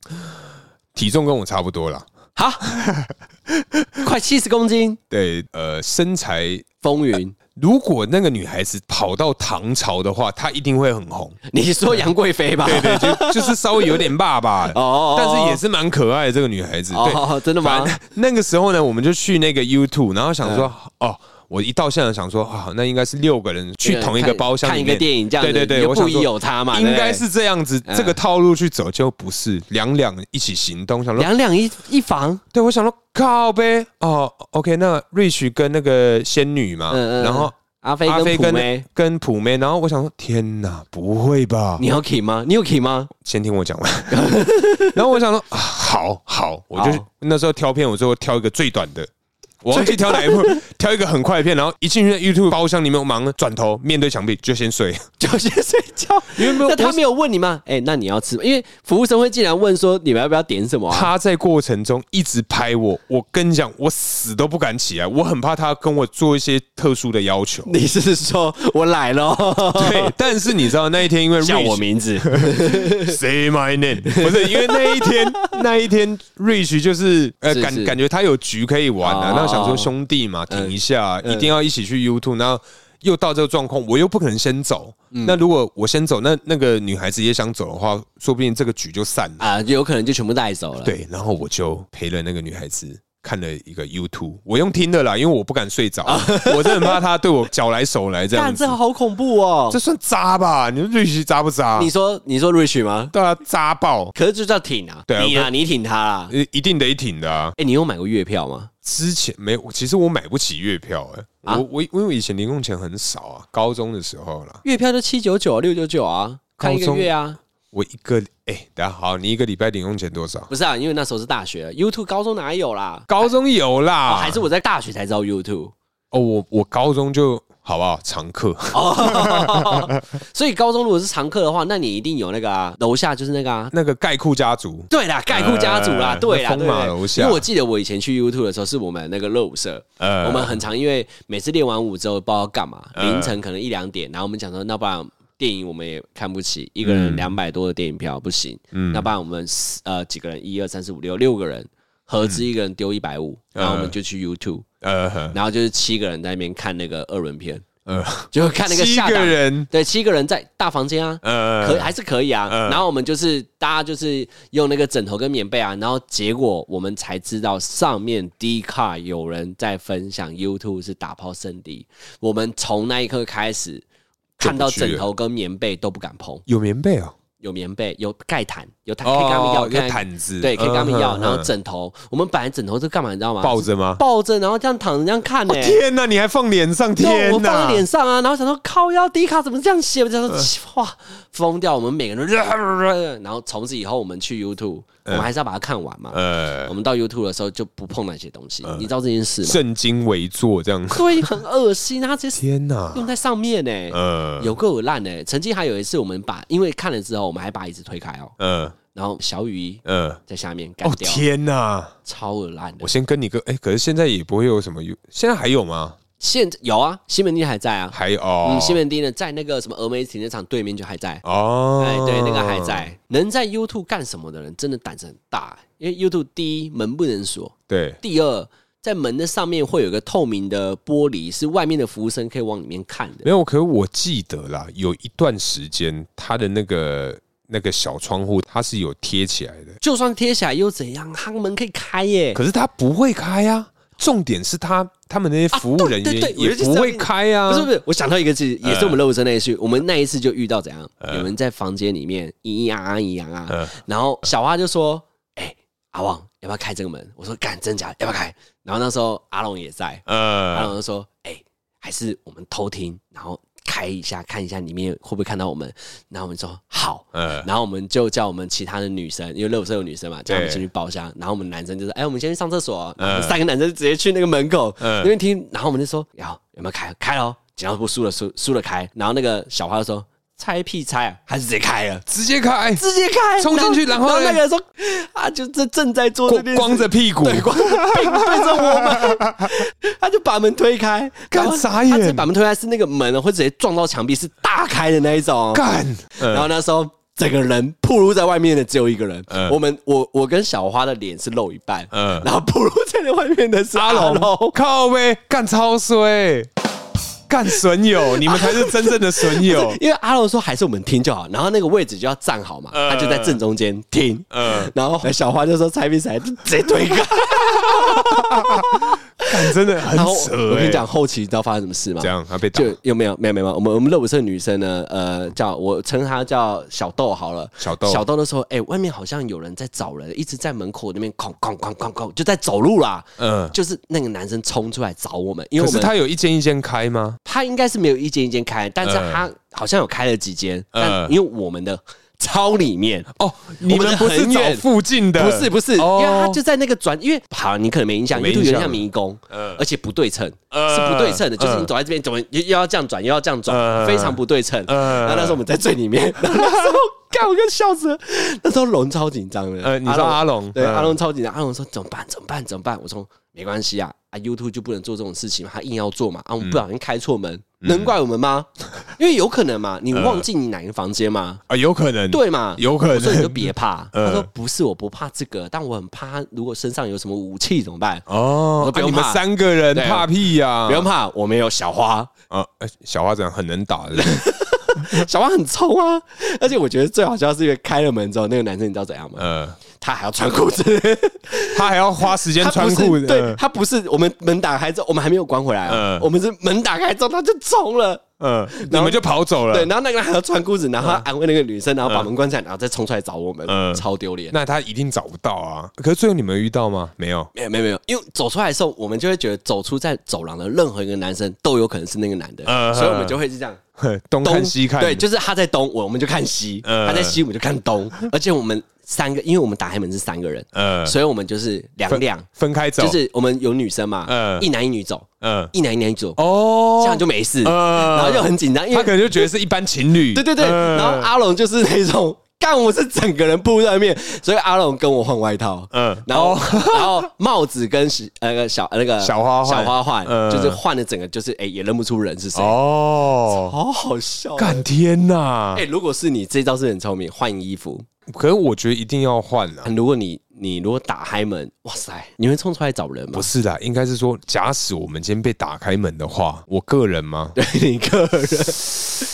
体重跟我差不多啦，
好， 快七十公斤，
对，呃，身材。
风云。
如果那个女孩子跑到唐朝的话，她一定会很红，
你说杨贵妃吧？对对，
就 就是稍微有点爸爸，
哦
但是也是蛮可爱的这个女孩子。
哦
对，
真的吗
反正那个时候呢，我们就去那个 U Two，然后想说，
嗯
哦，我一到现场想说，啊，那应该是六个人去同一个包厢
看
里
一
面
个电影这样子，
对对
你
对，
就
我
故
想
意
说
有他啊嘛，对不嗯
应
对
该是这样子，这个套路去走就不是两两一起行动。想说，
两两一一房，
对我想说靠呗，哦，OK，那 Rich 跟那个仙女嘛，
嗯嗯
然后
阿飞
阿
跟
飞
普
跟
妹，
跟普妹，然后我想说，天哪，不会吧？
你要 k 吗？你有 k 吗？
先听我讲完，然后我想说，啊好好，我就
好
那时候挑片，我说我挑一个最短 的。我忘记挑哪一部，挑一个很快的片，然后一进去那 YouTube 包厢里面，我忙转头面对墙壁就先睡。
就先睡觉，
因为没有
那他
我
没有问你吗？哎，那你要吃吗？因为服务生会竟然问说你们要不要点什么啊？。
他在过程中一直拍我，我跟你讲，我死都不敢起来，我很怕他跟我做一些特殊的要求
你是说我来了，
对，但是你知道那一 天因为 Rich
叫我名字，
say my name，不是因为那一天那一天 Rich 就是呃
是
感
是
感觉他有局可以玩啊
哦，嗯
那想说兄弟嘛，挺一下，一定要一起去 YouTube，然后。又到这个状况，我又不可能先走。
嗯
那如果我先走，那那个女孩子也想走的话，说不定这个局就散了。
啊，就有可能就全部带走了。，
对，然后我就陪了那个女孩子看了一个 YouTube，我用听的啦，因为我不敢睡着，我真的很怕她对我脚来手来这样
但
子
啊这。好恐怖哦
这！算渣吧？你说瑞奇渣不渣
你？说你说 Rich 吗？
对啊，渣爆，
可是就叫挺啊，
对啊
你啊，
我
你挺他啦。
呃一定得挺的啊！
哎，你有买过月票吗？
之前没有，其实我买不起月票哎、
啊
我我因为以前零用钱很少啊，高中的时候啦，
月票就七九九、六九九啊，看一
高
个
中
月啊。
我一个哎、等一下好，你一个礼拜零用钱多少？
不是啊，因为那时候是大学，YouTube 高中哪有啦？哦
高中有啦，
还是我在大学才知道 YouTube
哦，我我高中就好不好常客，
哦，所以高中如果是常客的话，那你一定有那个啊，楼下就是那个啊，
那个盖库家族
对啦，盖哎库家族啦，
呃
对啦，
那风马
对对对
楼下
因为我记得我以前去 YouTube 的时候，是我们那个热舞社，
呃
我们很常因为每次练完舞之后不知道要干嘛，
呃
凌晨可能一两点，然后我们想说，那不然电影我们也看不起，一个
嗯
人两百多的电影票不行，那不然我们四呃几个人，一二三四五六六个人合资一个
嗯
人丢一百五，然后我们就去 YouTube，
呃
然后就是七个人在那边看那个二轮片，
呃，
就看那个
七
下
个
档，
人，
对，七个人在大房间啊，
呃，
可还是可以啊。
嗯
然后我们就是大家就是用那个枕头跟棉被啊，然后结果我们才知道上面 D 卡有人在分享 YouTube 是打炮圣地。我们从那一刻开始，
就
看
不去了
到枕头跟棉被都不敢碰，
有棉被哦，
有棉被，有盖毯，有毯可以跟他们
哦
要，
有
看。
毯子，
对，可以跟他们要，
嗯
然后
嗯嗯
枕头，我们本来枕头是干嘛，你知道吗？
抱着哦吗？
抱着，然后这样躺着这样看呢、
天哪，你还放脸上，
然后
天
我放
哪
在！脸上啊，然后想说靠腰迪卡怎么这样写？我就想说
呃
哇，疯掉！我们每个人都， 然后从此以后我们去 YouTube，我们还是要把它看完嘛。
呃
我，们到 YouTube 的时候就不碰那些东西，你知道这件事吗？
正襟危坐这样，
对，很恶心，然后直 接
天哪，
用在上面呢、
呃
有够烂呢！曾经还有一次，我们把因为看了之后，我们还把椅子推开哦，
呃
然后小雨
呃，
在下面干
哦
掉，
天哪！
超恶烂的
我。先跟你个，哎，可是现在也不会有什么，现在还有吗？
现在有啊，西门町还在啊，
还有哦
嗯，，西门町呢，在那个什么峨眉停车场对面就还在。
哦，
哎，对，那个还，在。能在 YouTube 干什么的人，真的胆子很大、因为 YouTube 第一门不能锁，
对，
第二在门的上面会有一个透明的玻璃，是外面的服务生可以往里面看的。
没有，可是我记得啦，有一段时间它的那个那个小窗户它是有贴起来的，
就算贴起来又怎样？他门可以开耶、
可是它不会开啊。重点是他他们那些服务人
啊对对对
员
我
也
就知道
不会开啊，
不是不是，我想到一个字，也是我们乐舞生那一次，我们那一次就遇到怎样？有人在房间里面咿咿啊啊咿呀啊
嗯
然后小花就说：“哎，阿旺要不要开这个门？”我说：“干，真假的？要不要开？”然后那时候阿龙也在，然
呃，
后就说：“哎、还是我们偷听，然后开一下，看一下里面会不会看到我们。”然后我们说：“好。”
呃，
然后我们就叫我们其他的女生，因为乐舞社有女生嘛，叫我们
对
进去包厢。然后我们男生就说：“哎、我们先去上厕所哦。”然后我们三个男生就直接去那个门口
嗯
那边听。然后我们就说：“要有没有开？开喽！”剪刀布输了输输了开。然后那个小花就说：“拆屁拆啊！”还是直接开了。
直接开，
直接开，
冲进去
然
然后嘞
那个人说：“啊，就这正在做这
光
件事
光着屁股，
对，光背对着我们，他就把门推开，
干
然后
傻眼
他直接把门推开是那个门会直接撞到墙壁，是大开的那一种。
干，
然
呃
后那时候整个人暴露在外面的只有一个人，
嗯
我们我我跟小花的脸是露一半，
嗯
然后暴露在外面的是阿龙。，
靠呗，干超衰，干损友，你们才是真正的损友
因为阿龙说还是我们听就好，然后那个位置就要站好嘛，
嗯
他就在正中间听，
嗯
然后小花就说拆比赛，就直接推开，
干真的很
然后
扯、欸。
我跟你讲，，后期你知道发生什么事吗？
这样他被打
就有没有没有没有，我们我们乐舞社的女生呢，呃，叫我称她叫小豆好了。
小豆
小豆的时候，哎、外面好像有人在找人，一直在门口那边哐哐哐哐哐，就在走路啦。
嗯
就是那个男生冲出来找我们，因为我
可是
们
他有一间一间开吗？
他应该是没有一间一间开，但是
嗯
他好像有开了几间，
嗯
但因为我们的超里面。
哦，你
我
们
们
不是
很
找
远
附近的，
不是不是，
哦
因为他就在那个转，因为好，你可能没印象，
我
因
没
为有
印象嗯
点像迷宫，而且不对称，
呃
是不对称的，就是
呃
你走在这边，怎么又又要这样转，又要这样
呃
转，非常不对称。
呃
然后那时候我们在最里 面，然后那时候看我跟笑死了，那时候龙超紧张的，
呃你说阿龙
对，
嗯
阿龙超紧张，阿龙说怎么办？怎么办？怎么办？我说没关系啊，啊 YouTube 就不能做这种事情嘛，他硬要做嘛，
嗯
啊我们不小心开错门，能怪我们 吗？因为有可能嘛，你忘记你哪个房间嘛，
啊，有可能，
对嘛？
有可能
我说你就别 怕。
嗯
他说不是，我不怕这个，但我很怕，如果身上有什么武器怎么办？
哦
我说，
啊
不
你
用
们
怕
三个人
对
怕屁呀、
不用怕，我们有小花，
啊！呃小花怎样很能打 的，
小花很冲啊！而且我觉得最好笑是因为开了门之后，那个男生你知道怎样吗？
呃，
他还要穿裤子，
他还要花时间
他不
穿
是
裤子，
对他不是我们门打开之后，我们还没有关回来啊
嗯，
我们是门打开之后他就冲了。
嗯，嗯你们就跑走了
对，。然后那个人还要穿裤子，然后他安慰那个女生，然后把门关起来，然后再冲出来找我们
嗯，
超丢脸。
那他一定找不到啊！可是最后你们有遇到吗？没有，
没有没有没有，因为走出来的时候，我们就会觉得走出在走廊的任何一个男生都有可能是那个男的，
嗯
呃所以我们就会是这样
呵 东
东
看西看，
对，就是他在东，我我们就看西；
嗯
他在西，我们就看东。而且我们三个，因为我们打开门是三个人，
呃，
所以我们就是两
分
两，
分开走，
就是我们有女生嘛，
嗯
一男一女走，
嗯，
一男一女走，
哦，
这样就没事，
嗯
然后就很紧张，因
他
为
可能就觉得是一般情侣，
对对对，
嗯
然后阿龙就是那种。干我是整个人铺在面，所以阿龙跟我换外套，
嗯
嗯，然后、 然后帽子跟是那个小呃那个
小花换
小花换，
嗯
就是换了整个就是哎、也认不出人是谁，
哦，
好好笑。哎
干天呐
哎、！如果是你这招是很聪明，换衣服，
可是我觉得一定要换啊，
如果你你如果打开门，哇塞，你会冲出来找人吗
不？是啦，应该是说，假使我们今天被打开门的话，我个人 吗？
对你个人，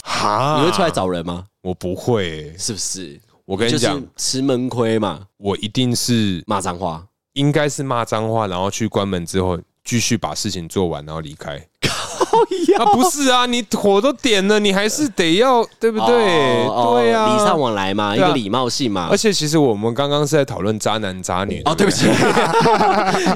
哈
你会出来？找人吗？
我不会欸、
是不是？
啊我跟你
就是
讲，
吃闷亏嘛，
我一定是
骂脏话，
应该是骂脏话，然后去关门之后继续把事情做完，然后离开。 啊，不是啊，你火都点了，你还是得要，对不对？
哦哦
对啊，
礼尚往来嘛，一
对啊
个礼貌性嘛
而。且其实我们刚刚是在讨论渣男渣女
哦，对不，起，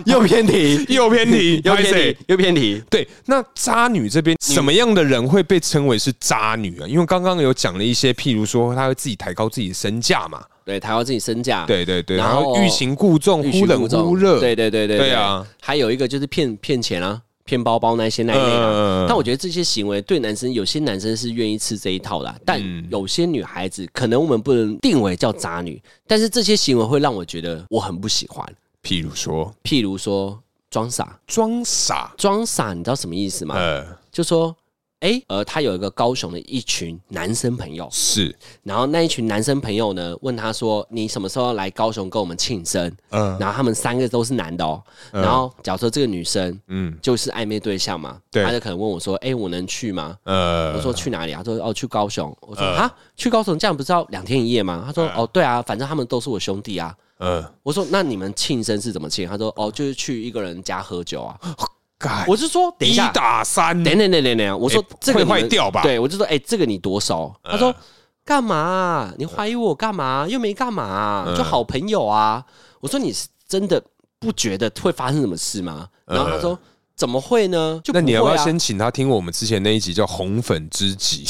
又偏题，
又偏题，
又
拍
偏
谁
题，又偏题。
对，那渣女这边什么样的人会被称为是渣女啊？因为刚刚有讲了一些，譬如说她会自己抬高自己的身价嘛，
对，抬高自己身价，
对对对，
然
然后
后
欲擒故纵，
欲
忽
擒
冷
故纵，
忽热，
对对对对
对啊！
还有一个就是骗骗钱啊，骗包包那些那一类的啊。
嗯，
但我觉得这些行为对男生，有些男生是愿意吃这一套的
嗯
啊、但有些女孩子可能我们不能定为叫渣女，但是这些行为会让我觉得我很不喜欢。
譬如说
譬如说装傻，
装傻，
装傻你知道什么意思吗？
呃，
就说，哎、呃，他有一个高雄的一群男生朋友，
是，
然后那一群男生朋友呢，问他说：“你什么时候来高雄跟我们庆生？”
嗯
然后他们三个都是男的哦。然后假如说这个女生
嗯
就是暧昧对象嘛，
对
他就可能问我说：“哎、我能去吗？”
呃，
我说去哪里啊？他说哦，去高雄。我
嗯
说啊，去高雄这样不是要两天一夜吗？他说哦，对啊，反正他们都是我兄弟啊。
呃，
我说那你们庆生是怎么庆？他说哦，就是去一个人家喝酒啊。
干
我是说，等一
一
下，
打三，
等等等等等，我说
哎
这个
会
你们
坏掉吧嗯
对，我就说哎，这个你多熟？他说干嘛啊？你怀疑我干嘛？又没干嘛
嗯
啊，就好朋友啊。我说你是真的不觉得会发生什么事吗？然后他说怎么会呢？就
嗯那你要
不
不
会
要
啊
先请他听我们之前那一集叫《红粉知 己》？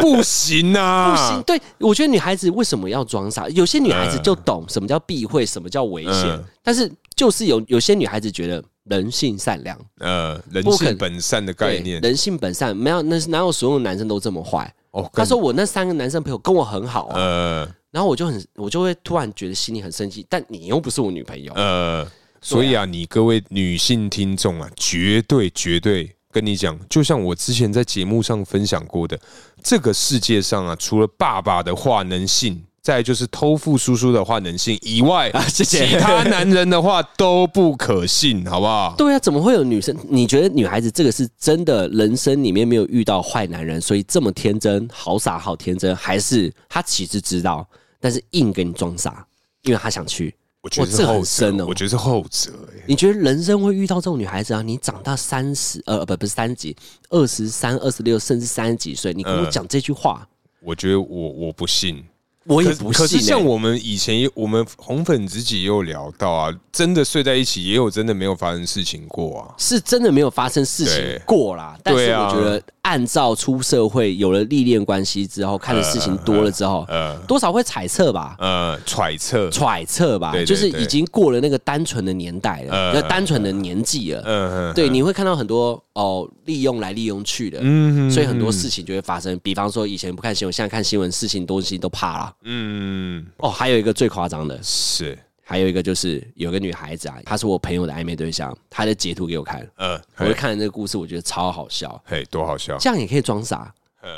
不行啊，
不行，，对我觉得女孩子为什么要装傻？有些女孩子就懂什么叫避讳，什么叫危险，
嗯
但是就是有有些女孩子觉得人性善良，
呃，人
不
性
肯
本善的
对
概念。
人性本善，没有那哪有所有男生都这么坏？
哦，
他
干
说我那三个男生朋友跟我很好啊，
呃
然后我就很我就会突然觉得心里很生气，但你又不是我女朋友，
呃，所以啊，你各位女性听众啊，绝对绝对跟你讲，就像我之前在节目上分享过的，这个世界上啊，除了爸爸的话能信。再来就是偷富叔叔的话能信以 外，
啊谢谢
其他男人的话都不可信，好不好？
对啊，怎么会有女生？你觉得女孩子这个是真的人生里面没有遇到坏男人，所以这么天真，好傻好天真，还是她其实知道，但是硬给你装傻，因为她想去？
我觉
哇
得
这
是
个很
后
深
者，
哦
我觉得是后者、欸。
你觉得人生会遇到这种女孩子啊？你长到三十，呃，不，不是三级，二十三、二十六，甚至三十几岁，你跟我讲这句话，
我觉得我我不信，
我也
可是
不信、欸。
可是像我们以前也，我们红粉知己也有聊到啊，真的睡在一起，也有真的没有发生事情过啊。
是真的没有发生事
对
情过啦，但是
对啊
我觉得按照出社会有了历练关系之后，看的事
嗯
情多了之后，多少会揣测吧。
呃，揣测，
揣测吧，
对对
就是
对
已经过了那个单纯的年代了，
嗯
那、单纯的年纪了。
嗯，
对，你会看到很多哦，利用来利用去的，
嗯
所以很多事情就会发生。比方说，以前不看新闻，现在看新闻，事情东西都怕了。
嗯，
哦，还有一个最夸张的，
是，
还有一个就是有个女孩子啊，她是我朋友的暧昧对象，她的截图给我看，
呃，
我就
嘿，
看了这个故事，我觉得超好笑。
嘿，多好笑，
这样也可以装傻。
呃，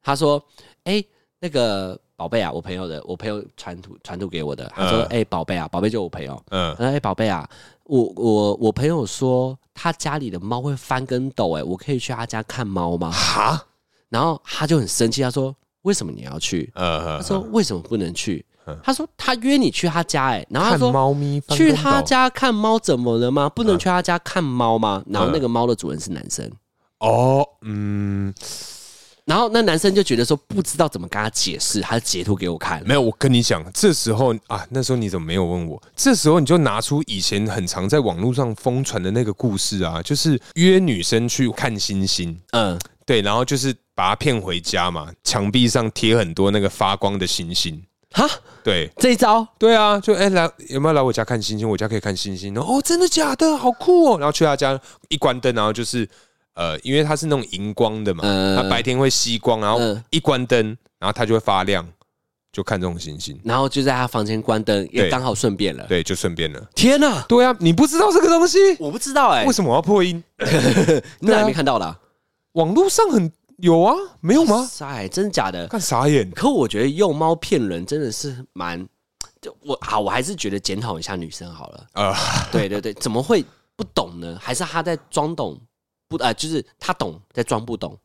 他说：“哎、那个宝贝啊，我朋友的，我朋友传图传图给我的。他说：
嗯
哎、宝贝啊，宝贝就我朋友。
嗯
他，说：哎、宝贝啊，我我我朋友说他家里的猫会翻跟斗、哎，我可以去他家看猫吗？
哈，
然后他就很生气，他说：为什么你要去？
呃
他，说：为什么不能去？他说：他约你去他家、哎，然后他
嗯看
说。”
猫咪，翻
去
跟
他
斗，嗯
家看猫怎么了吗？不能去他家看猫吗？然后那个猫的主人是男生，
哦，嗯，
然后那男生就觉得说不知道怎么跟他解释，他截图给我看。
没有，我跟你讲，这时候啊，那时候你怎么没有问我？这时候你就拿出以前很常在网络上疯传的那个故事啊，就是约女生去看星星，
嗯，
对，然后就是把她骗回家嘛，墙壁上贴很多那个发光的星星，
哈，
对。
这一招
对啊，就哎、来有没有来我家看星星？我家可以看星星。然后哦，真的假的？好酷哦！然后去他家一关灯，然后就是呃，因为它是那种荧光的嘛，
嗯
它白天会吸光，然后
嗯
一关灯，然后它就会发亮，就看这种星星。
然后就在他房间关灯，也
对
刚好顺便了。
对，就顺便了。
天哪、
对啊，你不知道这个东西，
我不知道哎、
为什么我要破音？
你哪里没看到的、啊？
网络上很有啊，没有吗？
塞，真的假的？
看傻眼。
可我觉得用猫骗人真的是蛮，我好，我还是觉得检讨一下女生好了。
呃，
对对对，怎么会不懂呢？还是他在装懂不啊、就是他懂在装不懂。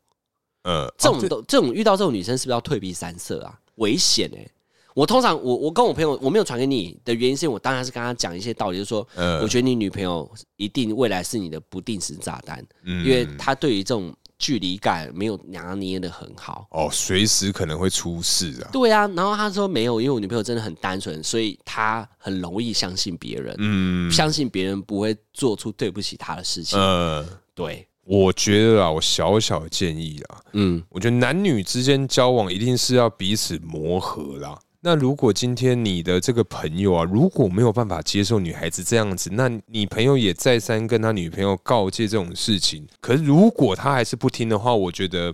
呃，
这种
哦
都、这种遇到这种女生是不是要退避三舍啊？危险哎、我通常我我跟我朋友我没有传给你的原因是因为我当然是跟他讲一些道理，就是说，
呃
我觉得你女朋友一定未来是你的不定时炸弹，
嗯
因为她对于这种距离感没有拿捏的很好。
哦，随时可能会出事啊。
对啊，然后他说没有，因为我女朋友真的很单纯，所以她很容易相信别人，
嗯，
相信别人不会做出对不起她的事情。
呃，
对，
我觉得啊，我小小建议啊，
嗯，
我觉得男女之间交往一定是要彼此磨合啦。那如果今天你的这个朋友啊，如果没有办法接受女孩子这样子，那你朋友也再三跟他女朋友告诫这种事情，可是如果他还是不听的话，我觉得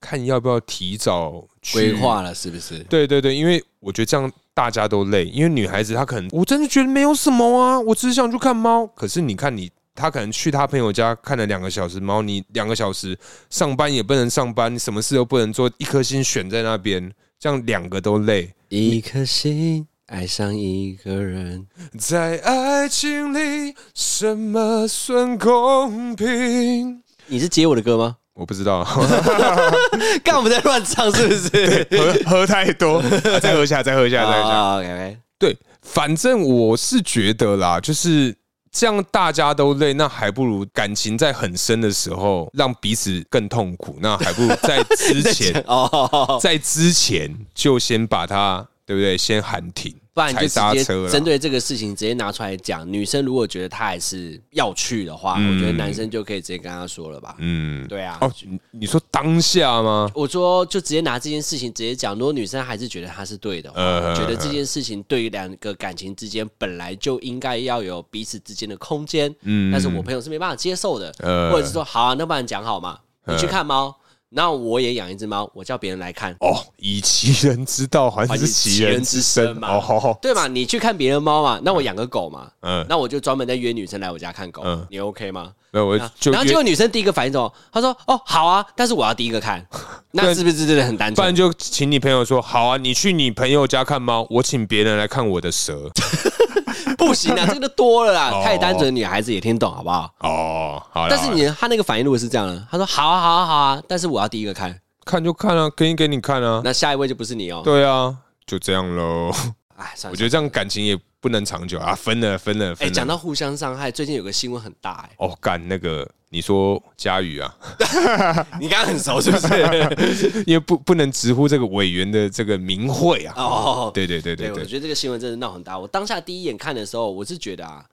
看要不要提早去
规划了是不是？
对对对，因为我觉得这样大家都累，因为女孩子她可能我真的觉得没有什么啊，我只是想去看猫。可是你看你，她可能去她朋友家看了两个小时猫，你两个小时上班也不能上班，什么事都不能做，一颗心悬在那边，这样两个都累。
一颗心爱上一个人，
在爱情里，什么算公平？
你是接我的歌吗？
我不知道，
干我们在乱唱是不 是？
喝喝太多，啊再喝一下，再喝一下，再喝一下。
啊，OK OK，
对，反正我是觉得啦，就是这样大家都累，那还不如感情在很深的时候让彼此更痛苦，那还不如在之前，
哦，
在之前就先把它，对不对？先喊停，
不然你
踩
就
刹
直接
车啦
针对这个事情直接拿出来讲。女生如果觉得她还是要去的话，
嗯
我觉得男生就可以直接跟她说了吧。
嗯，
对啊，
哦，你你说当下吗？
我说就直接拿这件事情直接讲。如果女生还是觉得她是对的话，
呃
觉得这件事情对于两个感情之间本来就应该要有彼此之间的空间，
嗯
但是我朋友是没办法接受的，
呃
或者是说好啊，那不然讲好嘛，你去看猫，那我也养一只猫，我叫别人来看，
哦，以其人之道还
还
治
是
其
哦其
人
人
之
之
身
身嘛
哦，好好，
对嘛？你去看别人猫嘛，那我养个狗嘛，
嗯，
那我就专门在约女生来我家看狗
嗯，
你 OK 吗？
那我
啊
就
然后结
约
果女生第一个反应是什么？她说：“哦，好啊，但是我要第一个 看，那是不是真的很单
啊不
纯
然？就请你朋友说好啊，你去你朋友家看猫，我请别人来看我的蛇。
不行 啊，这个都多了啦
哦，
太单纯，女孩子也听懂好不好？
哦，好啦，
但是
好啦
你她那个反应如果是这样的，她说好啊好啊好啊，但是我要第一个看，
看就看啊，给你给你看啊，
那下一位就不是你哦。
嗯对啊，就这样喽。
哎，算
我
了
觉。得这样感情也不能长久啊，分了分了
哎，
分
讲
了。
到互相伤害，最近有个新闻很大
哦，干那个，你说佳宇啊，
哎，你刚刚很熟是不是？
因为不不能直呼这个委员的这个名讳啊。
哦，
对对对
对
对
我
对，
觉得这个新闻真的闹很大。我当下第一眼看的时候，我是觉得啊，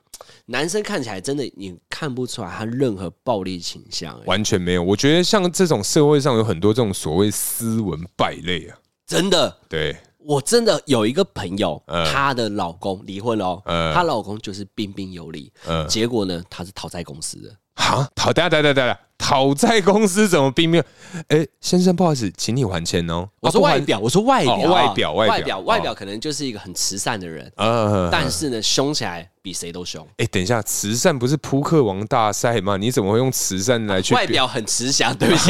男生看起来真的你看不出来他任何暴力倾向、哎
完全没有。我觉得像这种社会上有很多这种所谓斯文败类啊，
真的，
对，
我真的有一个朋友，
嗯
她的老公离婚了、哦，
嗯
她、老公就是彬彬有礼，
嗯哦
结果呢，他是讨债公司的。
好，讨等下等下等下等下，讨债公司怎么并没有？哎，先生，不好意思，请你还钱哦。
我说
啊
外，表，我说外表啊、
哦外表外表
外表，
哦
外表可能就是一个很慈善的人，
不还呃，
但是呢，凶起来比谁都凶。
哎，等一下，慈善不是扑克王大赛吗？你怎么会用慈善来去
外
表？
表很慈祥，对不起。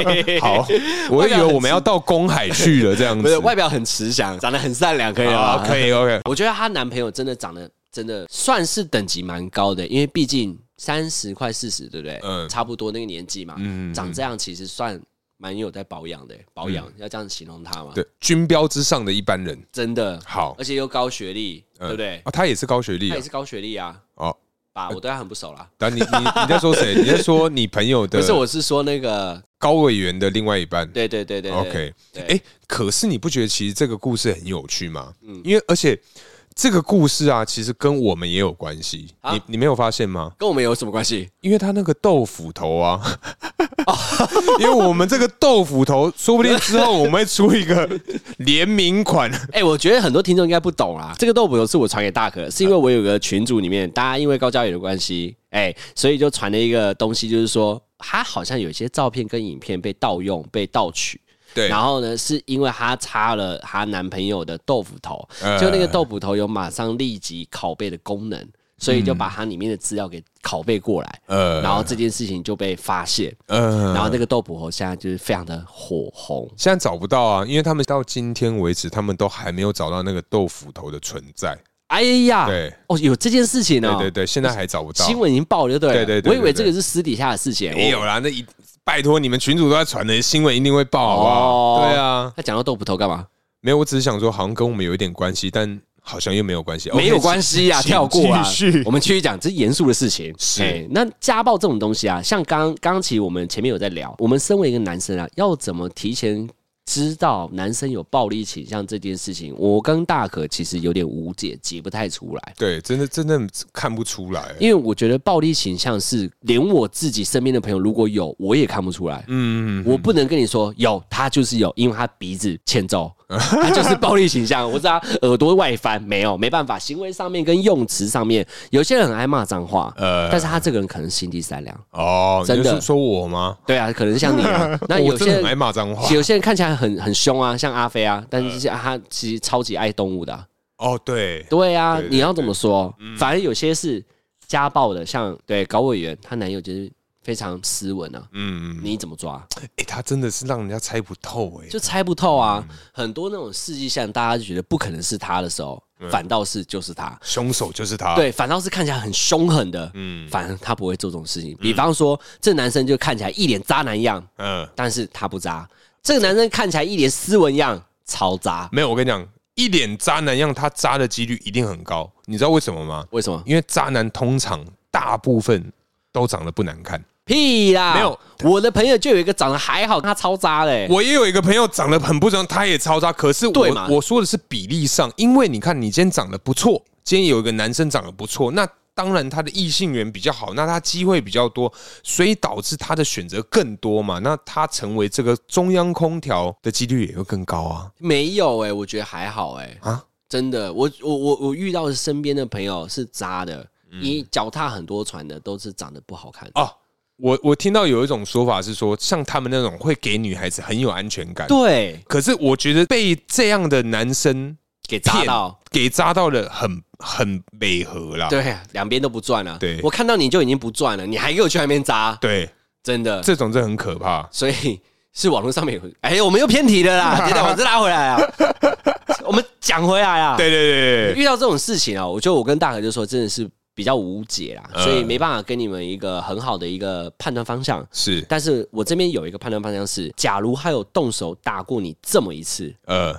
好，我以为我们要到公海去了这 样
不是
子。
外表很慈祥，长得很善良，可以
啊
吗？，
可以 OK。
我觉得她男朋友真的长得真的算是等级蛮高的，因为毕竟三十快四十，对不对？
嗯
差不多那个年纪嘛，
嗯
长这样其实算蛮有在保养的，保养、要这样形容他嘛，，
对，军标之上的一般人，
真的，
好，
而且又高学历，
嗯
对不对？
啊，他也是高学历
他
啊
也。是高学历啊，
哦，
爸，我对他很不熟啦。
但你你你在说谁？你在说你朋友 的？
不是，我是说那个，
高委员的另外一半。
对对对对
OK，
对
哎、可是你不觉得其实这个故事很有趣吗？
嗯
因为而且这个故事啊，其实跟我们也有关系。
啊
你你没有发现吗？
跟我们有什么关系？
因为他那个豆腐头啊， 因为我们这个豆腐头，说不定之后我们会出一个联名款。
哎、我觉得很多听众应该不懂啦。这个豆腐头是我传给大可，是因为我有个群组里面，大家因为高嘉宇的关系，哎、所以就传了一个东西，就是说他好像有一些照片跟影片被盗用、被盗取。
对，
然后呢，是因为她插了她男朋友的豆腐头
呃，
就那个豆腐头有马上立即拷贝的功能，所以就把它里面的资料给拷贝过来，
呃
然后这件事情就被发现，
呃
然后那个豆捕猴现在就是非常的火红。
现在找不到啊，因为他们到今天为止，他们都还没有找到那个豆腐头的存在。
哎呀，
对，
哦，有这件事情呢、
对
哦，
对对，现在还找不到。
新闻已经爆了，对不
对对对对
我以为这个是私底下的事情。
没
我
有啦，那一拜托你们群主都在传的新闻一定会报，好不好？
哦
对啊，
那讲到豆腐头干嘛？
没有，我只是想说，好像跟我们有一点关系，但好像又没有关系，哦
没有关
系。
系啊，
请
跳过啊
继续。
我们继续讲这是严肃的事情。
是
哎那家暴这种东西啊，像刚刚刚其实我们前面有在聊，我们身为一个男生啊，要怎么提前知道男生有暴力倾向这件事情，我跟大可其实有点无解，解不太出来。
对，真的真的看不出来。
因为我觉得暴力倾向是连我自己身边的朋友如果有，我也看不出来。
嗯，
我不能跟你说有，他就是有，因为他鼻子欠揍，他就是暴力倾向。我知道他耳朵外翻，没有，没办法，行为上面跟用词上面，有些人很爱骂脏话，
呃
但是他这个人可能心地善良，
哦，
真的
你是说我吗？哦
对啊，可能像你 啊，那
我
有
真的
些
很爱
人。
骂脏话。呃
有些人看起来很很凶啊，像阿飞啊，但是他其实超级爱动物的啊、
哦，对，
对啊，
对对嗯
你要怎么说？反正有些是家暴的，像对高委员，她男友就是非常斯文啊，
嗯，
你怎么抓？
哎，他真的是让人家猜不透哎。
就猜不透啊。很多那种事迹像大家就觉得不可能是他的时候，
嗯
反倒是就是他。
凶手就是他。，
对，反倒是看起来很凶狠的，
啊嗯
反正他不会做这种事情。比方说，这男生就看起来一脸渣男样，
嗯，
但是他不渣；这个男生看起来一脸斯文样，超渣。
没有，我跟你讲，一脸渣男让他渣的几率一定很高。你知道为什么吗？
为什么？
因为渣男通常大部分都长得不难看。
屁啦！
没有，
我的朋友就有一个长得还好，他超渣嘞、
我也有一个朋友长得很不正，他也超渣，可是
对
我
嘛
我说的是比例上，因为你看你今天长得不错，今天有一个男生长得不错，那。当然，他的异性缘比较好，那他机会比较多，所以导致他的选择更多嘛。那他成为这个中央空调的几率也会更高啊。
没有哎、我觉得还好哎、
啊
啊，真的，我我我我遇到的身边的朋友是渣的，
嗯
你脚踏很多船的都是长得不好看。
哦，我我听到有一种说法是说，像他们那种会给女孩子很有安全感，
对，
可是我觉得被这样的男生
给扎
骗啊
到，
给扎到了很很美和啦。
对，两边都不赚了。
对
我看到你就已经不赚了，你还给我去那边 扎，
对，
真的。
这种真的很可怕。
所以是网络上面有，哎，我们又偏题了啦， 真的，我们再拉回来啊，我们讲回来啊。
对对对对对，
遇到这种事情啊，我觉得我跟大可就说真的是比较无解啦，
嗯
所以没办法跟你们一个很好的一个判断方向。
是
但是我这边有一个判断方向是，假如他有动手打过你这么一次，
呃，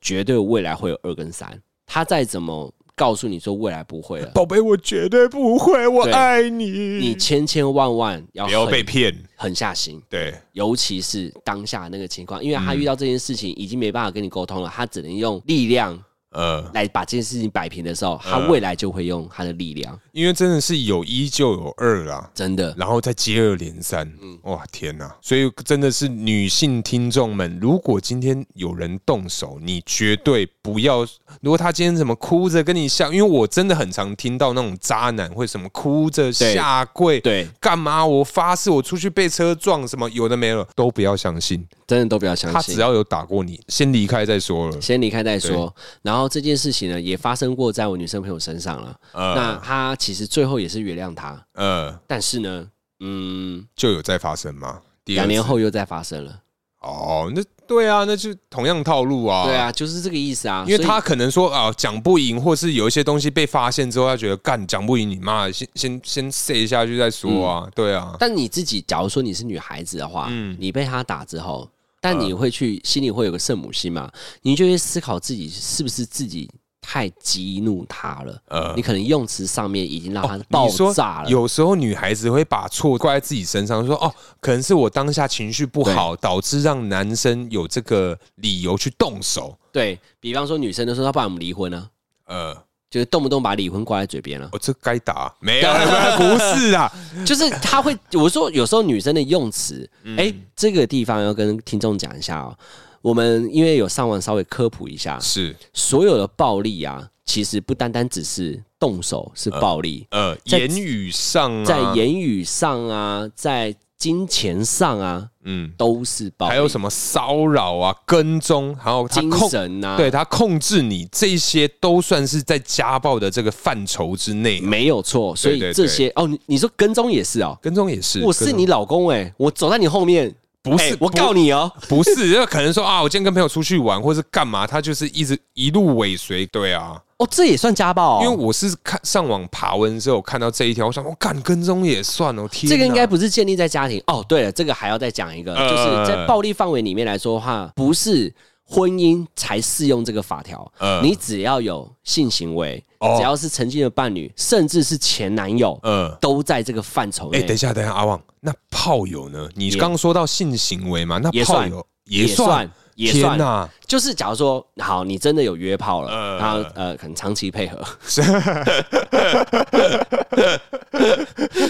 绝对未来会有二跟三。他再怎么告诉你说未来不会了，
宝贝，我绝对不会，我
对
爱你。
你千千万万要
不要
狠
被骗。
狠下心，
对，
尤其是当下那个情况，因为
嗯
他遇到这件事情已经没办法跟你沟通了，他只能用力量
呃，
来把这件事情摆平的时候，他
嗯
未来就会用他的力量，
因为真的是有一就有二啦。
真的。
然后再接二连三，
嗯
哇天哪！所以真的是女性听众们，如果今天有人动手，你绝对不要。如果他今天怎么哭着跟你下，因为我真的很常听到那种渣男会什么哭着
对
下跪，
对，
干嘛？我发誓我出去被车撞，什么有的没了，都不要相信。
真的都不要相
他
信
只。要有打过你，先离开再说了。
先离开再说。然后这件事情呢，也发生过在我女生朋友身上了。
呃
那她其实最后也是原谅他，
呃，
但是呢，嗯，
就有再发生吗？第二
两
次
年后又再发生了。
哦，那对啊，那就同样套路啊。
对，啊，就是这个意思啊。
因为
所以
他可能说啊讲不赢，或是有一些东西被发现之后，他觉得干讲不赢你妈的，先先先塞一下去再说啊。
嗯
对啊，
但你自己，假如说你是女孩子的话，
嗯
你被他打之后，但你会去、心里会有个圣母心嘛？你就会思考自己是不是自己太激怒他了。
呃哦
你可能用词上面已经让他爆
你说
炸了，
有时候女孩子会把错怪在自己身上，说哦，可能是我当下情绪不好，导致让男生有这个理由去动手。
对比方说女生都说，要不然我们离婚啊，
呃，
就是动不动把离婚挂在嘴 边了、
哦，这该打没有？不是 啊，
就是他会，我说有时候女生的用词，
嗯
哎、这个地方要跟听众讲一下哦。我们因为有上网稍微科普一下，
是
所有的暴力啊，其实不单单只是
嗯
动手是暴力，
呃，
在
言语上、啊、
在言语上啊，在金钱上啊，
嗯，
都是暴力，
还有什么骚扰啊、跟踪，还有他
哦精
控，
神啊，
对，他控制你，这些都算是在家暴的这个范畴之内。啊
没有错。所以
对对
这些哦，你你说跟踪也是哦，
跟踪也是，
我是
跟
你老公哎、我走在你后面，
不是
哎我
不
告你哦、
不是， 就可能说啊，我今天跟朋友出去玩，或是干嘛，他就是一直一路尾随。对啊，
哦，这也算家暴、哦，
因为我是看上网爬文之后看到这一条，我想我哦干跟踪也算哦，天哪，
这个应该不是建立在家庭哦。对了，这个还要再讲一个，
呃
就是在暴力范围里面来说的话，不是婚姻才适用这个法条。
呃
你只要有性行为，
哦
只要是曾经的伴侣，甚至是前男友，
呃。
都在这个范畴
哎、
内。
等一下，等一下，阿旺，那炮友呢？你
也
刚说到性行为嘛？那
也
炮
算
友
也算也
天
算，
哪，
就是假如说，好，你真的有约炮了，
呃
然后呃，可能长期配合。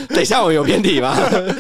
等一下，我有偏题吗？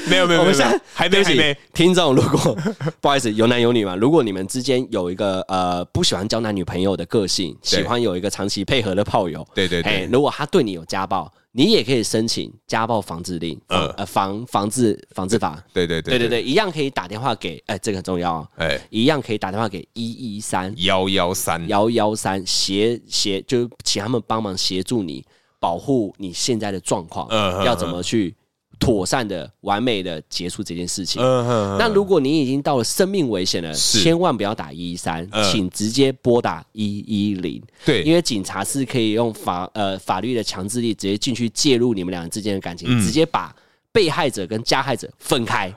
没有没有
我们
没有，
现在
还
对
没
不
还
起
没，
听众，如果不好意思有男有女嘛，如果你们之间有一个呃不喜欢交男女朋友的个性，
对
喜欢有一个长期配合的炮友，
对对
哎
对，，
如果他对你有家暴，你也可以申请家暴防治令，
呃
呃呃防防治防治法，
对对
对对，对，一样可以打电话给，哎，这个很重要哦，
哎，
一样可以打电话给一一三
幺幺三，
幺幺三协协，就是请他们帮忙协助你保护你现在的状况，
嗯嗯
要怎么去妥善的、完美的结束这件事情。
嗯哼
那如果你已经到了生命危险了，
是
千万不要打一一三
嗯，
请直接拨打一一零，
对，
因为警察是可以用法呃法律的强制力直接进去介入你们俩之间的感情，
嗯
直接把被害者跟加害者分开。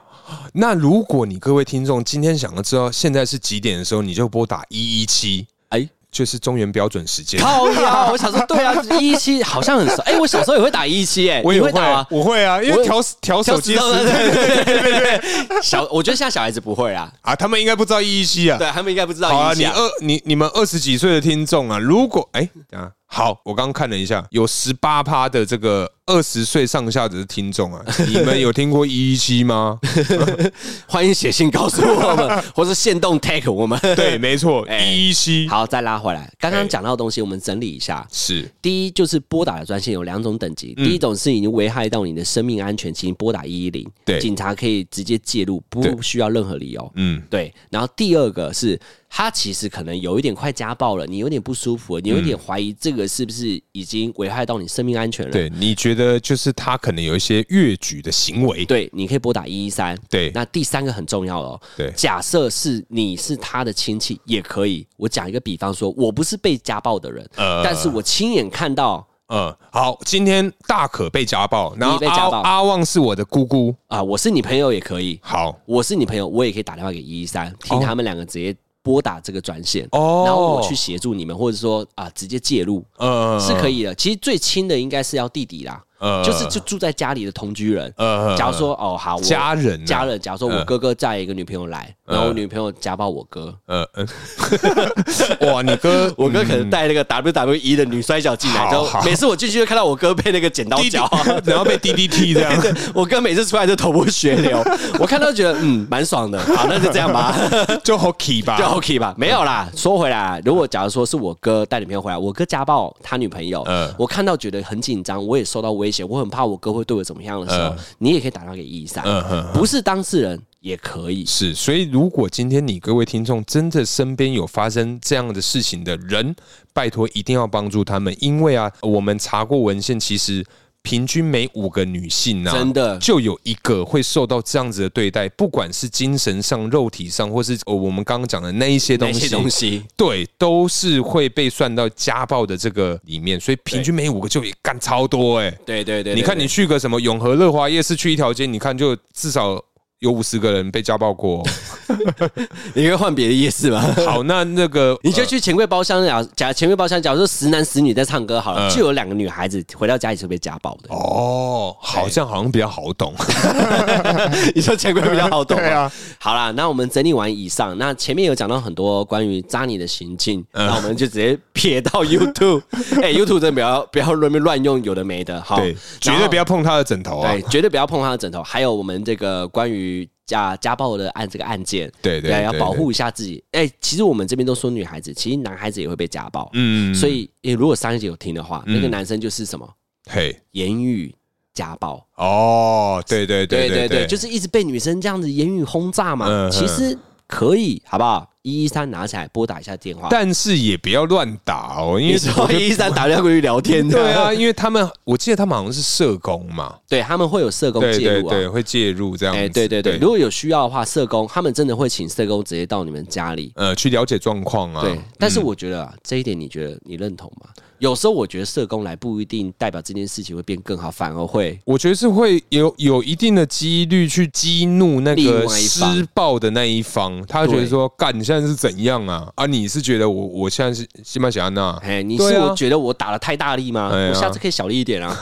那如果你各位听众今天想要知道现在是几点的时候，你就拨打一一七，
哎，
就是中原标准时间。
靠呀！我想说，对啊，一一七好像很熟。哎，我小时候也会打一一七，哎，
我
你
也
会打吗？
我会啊，因
我
为
也
调调手
知
机时
道对
间
对对对对对， 小我觉得现在小孩子不会啊，
啊，他们应该不知道一一七啊。
对他们应该不知道
好啊，
一
你
下。
二你你们二十几岁的听众啊，如果哎，等一下好，我刚刚看了一下，有十八趴的这个二十岁上下的听众啊，你们有听过一一七吗？
欢迎写信告诉我们，或是限动 take 我们。
对，没错，
哎
一一七
好，再拉回来，刚刚讲到的东西，我们整理一下。
是
第一就是拨打的专线有两种等级，
嗯
第一种是已经危害到你的生命安全，请拨打一一零，
对
警察可以直接介入，
对
不需要任何理由。
嗯
对，然后第二个是他其实可能有一点快家暴了，你有点不舒服了，你有点怀疑这个是不是已经危害到你生命安全了？
嗯对，你觉得就是他可能有一些越矩的行为，
对，你可以拨打一一三。
对
那第三个很重要哦。
对
假设是你是他的亲戚也可以。我讲一个比方说，我不是被家暴的人，
呃
但是我亲眼看到
嗯，好，今天大可被家暴，然后
被
阿
家暴
阿旺是我的姑姑。
啊、我是你朋友也可以，
好
我是你朋友，我也可以打电话给一一三，听他们两个直接拨打这个专线，
哦
然后我去协助你们，或者说啊、直接介入。
呃
是可以的，其实最亲的应该是要弟弟啦，
呃
就是就住在家里的同居人。
呃
假如说哦好，我
家人啊嗯
家人，假如说我哥哥带一个女朋友来，然后我女朋友家暴我哥，
呃，呃哇，你哥
我哥可能带那个 WWE 的女摔跤进来，
好
之
好
后每次我进去就看到我哥被那个剪刀
弟弟
脚，，
然后被 DDT 这样。
我哥每次出来就头破血 流，我看到就觉得嗯蛮爽的，好那就这样吧，
就 hockey 吧，
就 OK 吧，没有啦。说回来，如果假如说是我哥带女朋友回来，我哥家暴他女朋友，
嗯
我看到觉得很紧张，我也受到威胁，我很怕我哥会对我怎么样的时候，你也可以打电话给一三、
嗯哼。
不是当事人也可以。
是，所以如果今天你各位听众真的身边有发生这样的事情的人，拜托一定要帮助他们，因为啊，我们查过文献，其实平均每五个女性啊，
真的
就有一个会受到这样子的对待，不管是精神上、肉体上，或是呃我们刚刚讲的那一些东
那
西，
些东西，
对，都是会被算到家暴的这个里面，所以平均每五个就也干超多哎、
对对对
你看，你
对
去个什么永和乐华夜市，去一条街，你看就至少有五十个人被家暴过哦、
对你可以换别的夜市吗？
好，那那个
你就去钱柜包厢，假假钱柜包厢，假如说十男十女在唱歌好了，就有两个女孩子回到家里是被家暴的。
嗯哦，好像好像比较好懂。
你说钱柜比较好懂
对
吗
啊？
好啦，那我们整理完以上，那前面有讲到很多关于渣女的行径，
嗯
那我们就直接撇到 YouTube。哎，YouTube 真的不要不要乱乱用有的没的，好，
对，绝对不
要
要碰他的枕头啊！
对，绝对不要碰她的枕头。还有我们这个关于。家家暴的案这个案件，
对对
对，要
对
保
对
护一下自己。哎，其实我们这边都说女孩子，其实男孩子也会被家暴。
嗯
所以，诶如果上一集有听的话，那个男生就是什么
嘿，
言语家暴。
哦，对对
对
对
对，就是是一直被女生这样子言语轰炸嘛。
嗯哼
其实可以，好不好？一一三拿起来拨打一下电话。
但是也不要乱打哦，因为
你说
我觉得
一一三打电话过去聊天的，
对啊，，因为他们我记得他们好像是社工嘛，
对他们会有社工
对
介
对
入啊。
对，会介入这样子，
哎，对对对，如果有需要的话，社工他们真的会请社工直接到你们家里。
呃，去了解状况啊，
对，但是我觉得啊，这一点你觉得你认同吗？有时候我觉得社工来不一定代表这件事情会变更好，反而会
我觉得是会有有一定的几率去激怒那
另
个
外一
施
方
暴的那一方，他会觉得
对
说：“干，你现在是怎样啊？啊，你是觉得我我现在是西班牙那？
哎，你
对
是
啊
我觉得我打的太大力吗？
哎呀
我下次可以小力一点 啊！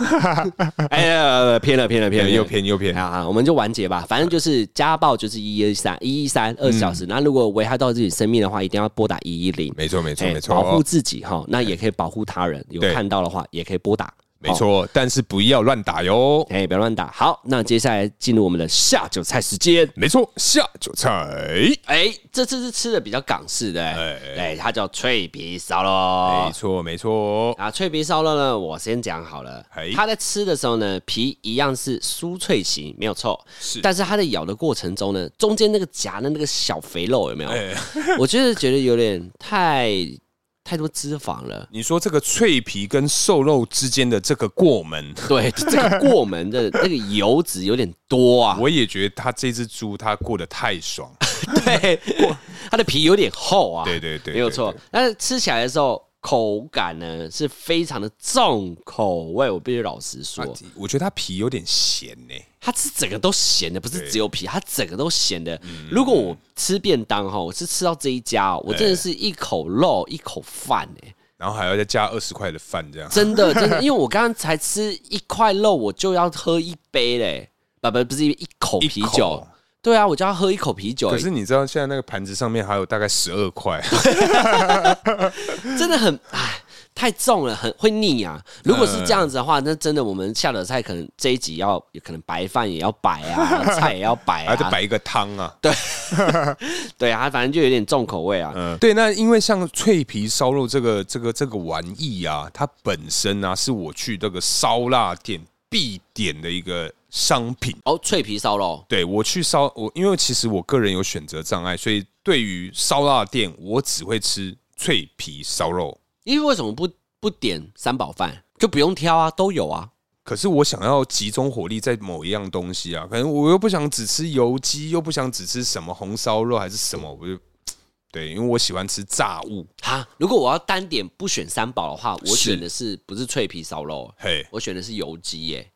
哎呀，偏了偏了偏了，
哎又偏又偏。
啊，好我们就完结吧。反正就是家暴就是一一三一一三
嗯
二十小时，那如果危害到自己生命的话，一定要拨打一一零。
没错没错
哎
没错，
保护
哦
自己哈，那也可以保护他人。有
对
看到的话，也可以拨打。
没错，但是不要乱打哟。
哦哎，不要乱打。好，那接下来进入我们的下酒菜时间。
没错，下酒菜，
哎，这次是吃的比较港式的，哎
哎，
哎它叫脆皮烧肉
没。错没错，
啊，脆皮烧肉呢，我先讲好了
哎。
它在吃的时候呢，皮一样是酥脆型，没有错。
是
但是它在咬的过程中呢，中间那个夹的那个小肥肉有没有？
哎，
我就是觉得有点太太多脂肪 了。
你说这个脆皮跟瘦肉之间的这个过门，
对，这个过门的那个油脂有点多啊。
我也觉得他这只猪它过得太爽，
对，它的皮有点厚啊。
对对对，
没有
对
错。但是吃起来的时候，口感呢是非常的重口味。我必须老实说
啊，我觉得它皮有点咸呢、
它是整个都咸的，不是只有皮，它整个都咸的。
嗯
如果我吃便当哈，我是吃到这一家哦，我真的是一口肉一口饭哎、
然后还要再加二十块的饭这样。
真的真的，因为我刚刚才吃一块肉，我就要喝一杯嘞、不不不是一口
一
啤
口
酒，对啊，我就要喝一口啤酒、
可
欸，
是你知道现在那个盘子上面还有大概十二块，
啊 真的很唉。太重了，很会腻啊！如果是这样子的话，那真的我们下酒菜可能这一集要，可能白饭也要摆 啊，菜也要摆
还
啊
得，摆一个汤啊。对，
对啊，反正就有点重口味啊。
嗯，对。那因为像脆皮烧肉这个这个这个玩意啊，它本身啊是我去这个烧腊店必点的一个商品。
哦，脆皮烧肉，
对我去烧我，因为其实我个人有选择障碍，所以对于烧腊店，我只会吃脆皮烧肉。
因为为什么不不点三宝饭？就不用挑啊，都有啊。
可是我想要集中火力在某一样东西啊，可能我又不想只吃油鸡，又不想只吃什么红烧肉还是什么，我就对，因为我喜欢吃炸物。
哈，如果我要单点不选三宝的话，我
是
选的是不是脆皮烧肉？
嘿，
我选的是油鸡耶、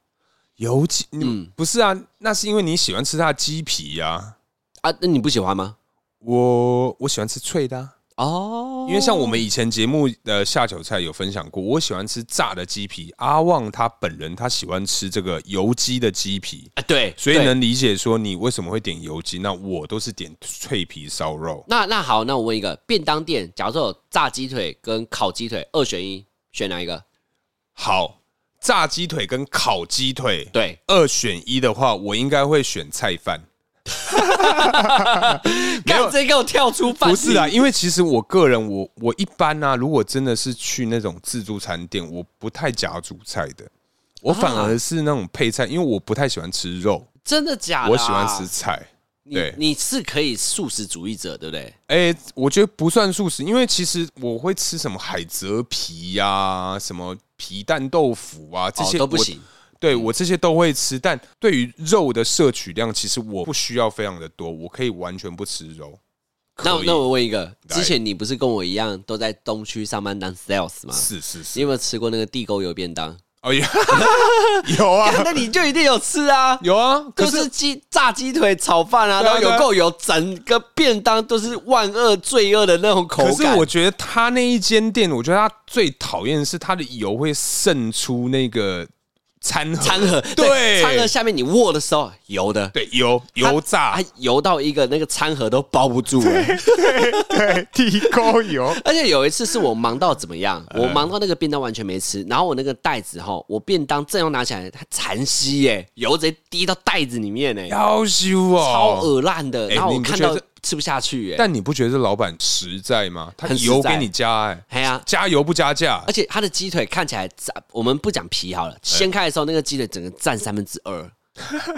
油鸡，嗯，不是啊，那是因为你喜欢吃它的鸡皮啊。
啊，那你不喜欢吗？
我我喜欢吃脆的啊、
哦，
因为像我们以前节目的下酒菜有分享过，我喜欢吃炸的鸡皮。阿旺他本人他喜欢吃这个油鸡的鸡皮，
啊，对，
所以
对。
能理解说你为什么会点油鸡。那我都是点脆皮烧肉。
那那好，那我问一个，便当店假如说有炸鸡腿跟烤鸡腿二选一，选哪一个？
好，炸鸡腿跟烤鸡腿，
对，
二选一的话，我应该会选菜饭。没有
干这给我跳出饭
不
厅
是啊，因为其实我个人，我我一般啊，如果真的是去那种自助餐店，我不太夹主菜的，我反
啊
而是那种配菜，因为我不太喜欢吃肉，
真的假的、啊
我喜欢吃。菜。
你
对
你是可以素食主义者，对不对？
哎、我觉得不算素食，因为其实我会吃什么海蜇皮呀、什么皮蛋豆腐啊，这些、
哦、都不行。
对我这些都会吃，但对于肉的摄取量，其实我不需要非常的多，我可以完全不吃肉。
那
可以
那我问一个，
来
之前你不是跟我一样都在东区上班当 sales 吗？
是是是
你，有没有吃过那个地沟油便 当？
哦呀，有啊
那你就一定有吃啊，
有啊，可
就是是鸡炸鸡腿炒饭啊，
对
然
啊
后有够油，整个便当都是万恶罪恶的那种口
可是
感
我。觉得他那一间店，我觉得他最讨厌的是他的油会渗出那个餐盒，
餐盒
对
餐盒下面你握的时候油的，
对油油炸
它，油到一个那个餐盒都包不住了。
对地沟油，
而且有一次是我忙到怎么 样，
嗯
我忙到那个便当完全没吃，然后我那个袋子哈，我便当正要拿起来，它残稀耶，油直接滴到袋子里面呢，
要修哦，
超恶烂的。
哎
然后我
你不
看
觉
到
得
吃不下去耶、
但你不觉得这老板实在吗？他
很实
油
在
给你加哎、
哎呀、
加油不加价
而，且他的鸡腿看起来炸，我们不讲皮
哎
好了，掀开的时候那个鸡腿整个占三分之二，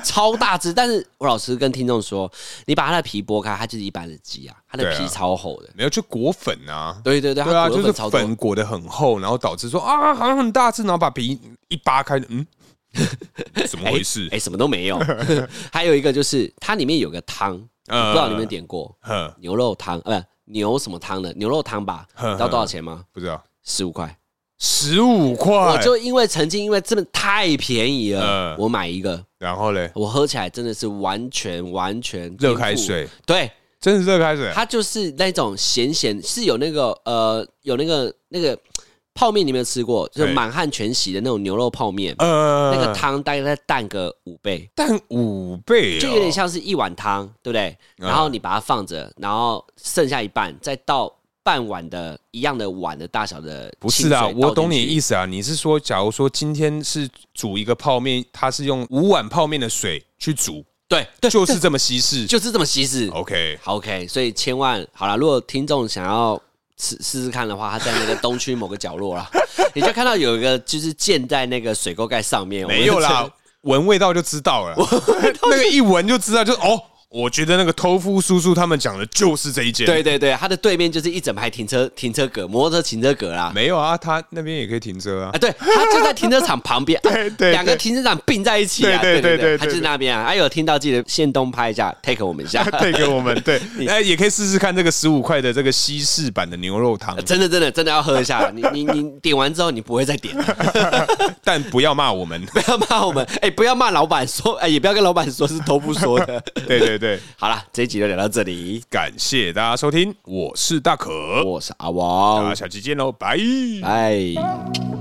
超大只。但是我老实跟听众说，你把它的皮剥开，它就是一般的鸡啊，它的
对
皮
啊
超厚的。
没有就裹粉啊。
对对对，
对
它
啊，
骨头
就是
粉超多
粉裹得很厚，然后导致说啊，好像很大只，然后把皮一扒开， 嗯，怎么回事
哎、？什么都没 有。还有一个就是它里面有个汤，
呃
哎我不知道你们点过
哼，
牛肉汤，呃，不牛什么汤的牛肉汤吧？
呵
你知道多少钱吗？
不知道，
十五块。
十五
我
块，
就因为曾经因为真的太便宜了
嗯，
我买一个，
然后嘞，
我喝起来真的是完全完全
热开
颠覆。
水，
对，
真的是热开水，啊
它就是那种咸咸，是有那个呃，有那个那个泡面，你有没有吃过？就是
对
满汉全席的那种牛肉泡面，
呃
那个汤大概再淡个五倍，
但五倍哦
就有点像是一碗汤，对不对？
嗯
然后你把它放着，然后剩下一半，再倒半碗的一样的碗的大小的
不
清
是
水
啊，
倒进去，
我懂你的意思啊。你是说，假如说今天是煮一个泡面，它是用五碗泡面的水去煮，
对对，
就是这么稀释。
就是这么稀释。
OK，
好 OK，所以千万好了，如果听众想要试试试看的话，他在那个东区某个角落 啦，你就看到有一个就是建在那个水沟盖上面，
没有啦，闻味道就知道了。那个一闻就知道，就是哦，我觉得那个偷夫叔叔他们讲的就是这一件。
我们就。对对对，它的对面就是一整排停车停车格，摩托车停车格啦。
没有啊，他那边也可以停车啊
啊，。对，它就在停车场 旁边，啊
对对
两个停车场并在一起啊，对
对对对对对
它就是那边啊。哎，有听到记得现东拍一下，take 我们 一下，
对，给我 们对，哎，也可以试试看这个十五块的这个西式版的牛肉 汤，
真的真的真的要喝一下，你你你点完之后你不会再点了，
但不要骂我们。
不要骂我们，哎，不要骂老板说，哎，也不要跟老板说是头部说的。
对对对，
好了，这一集就聊到这里。
感谢大家收听，我是大可，
我是阿
大家
王，
下期见喽，拜。
拜。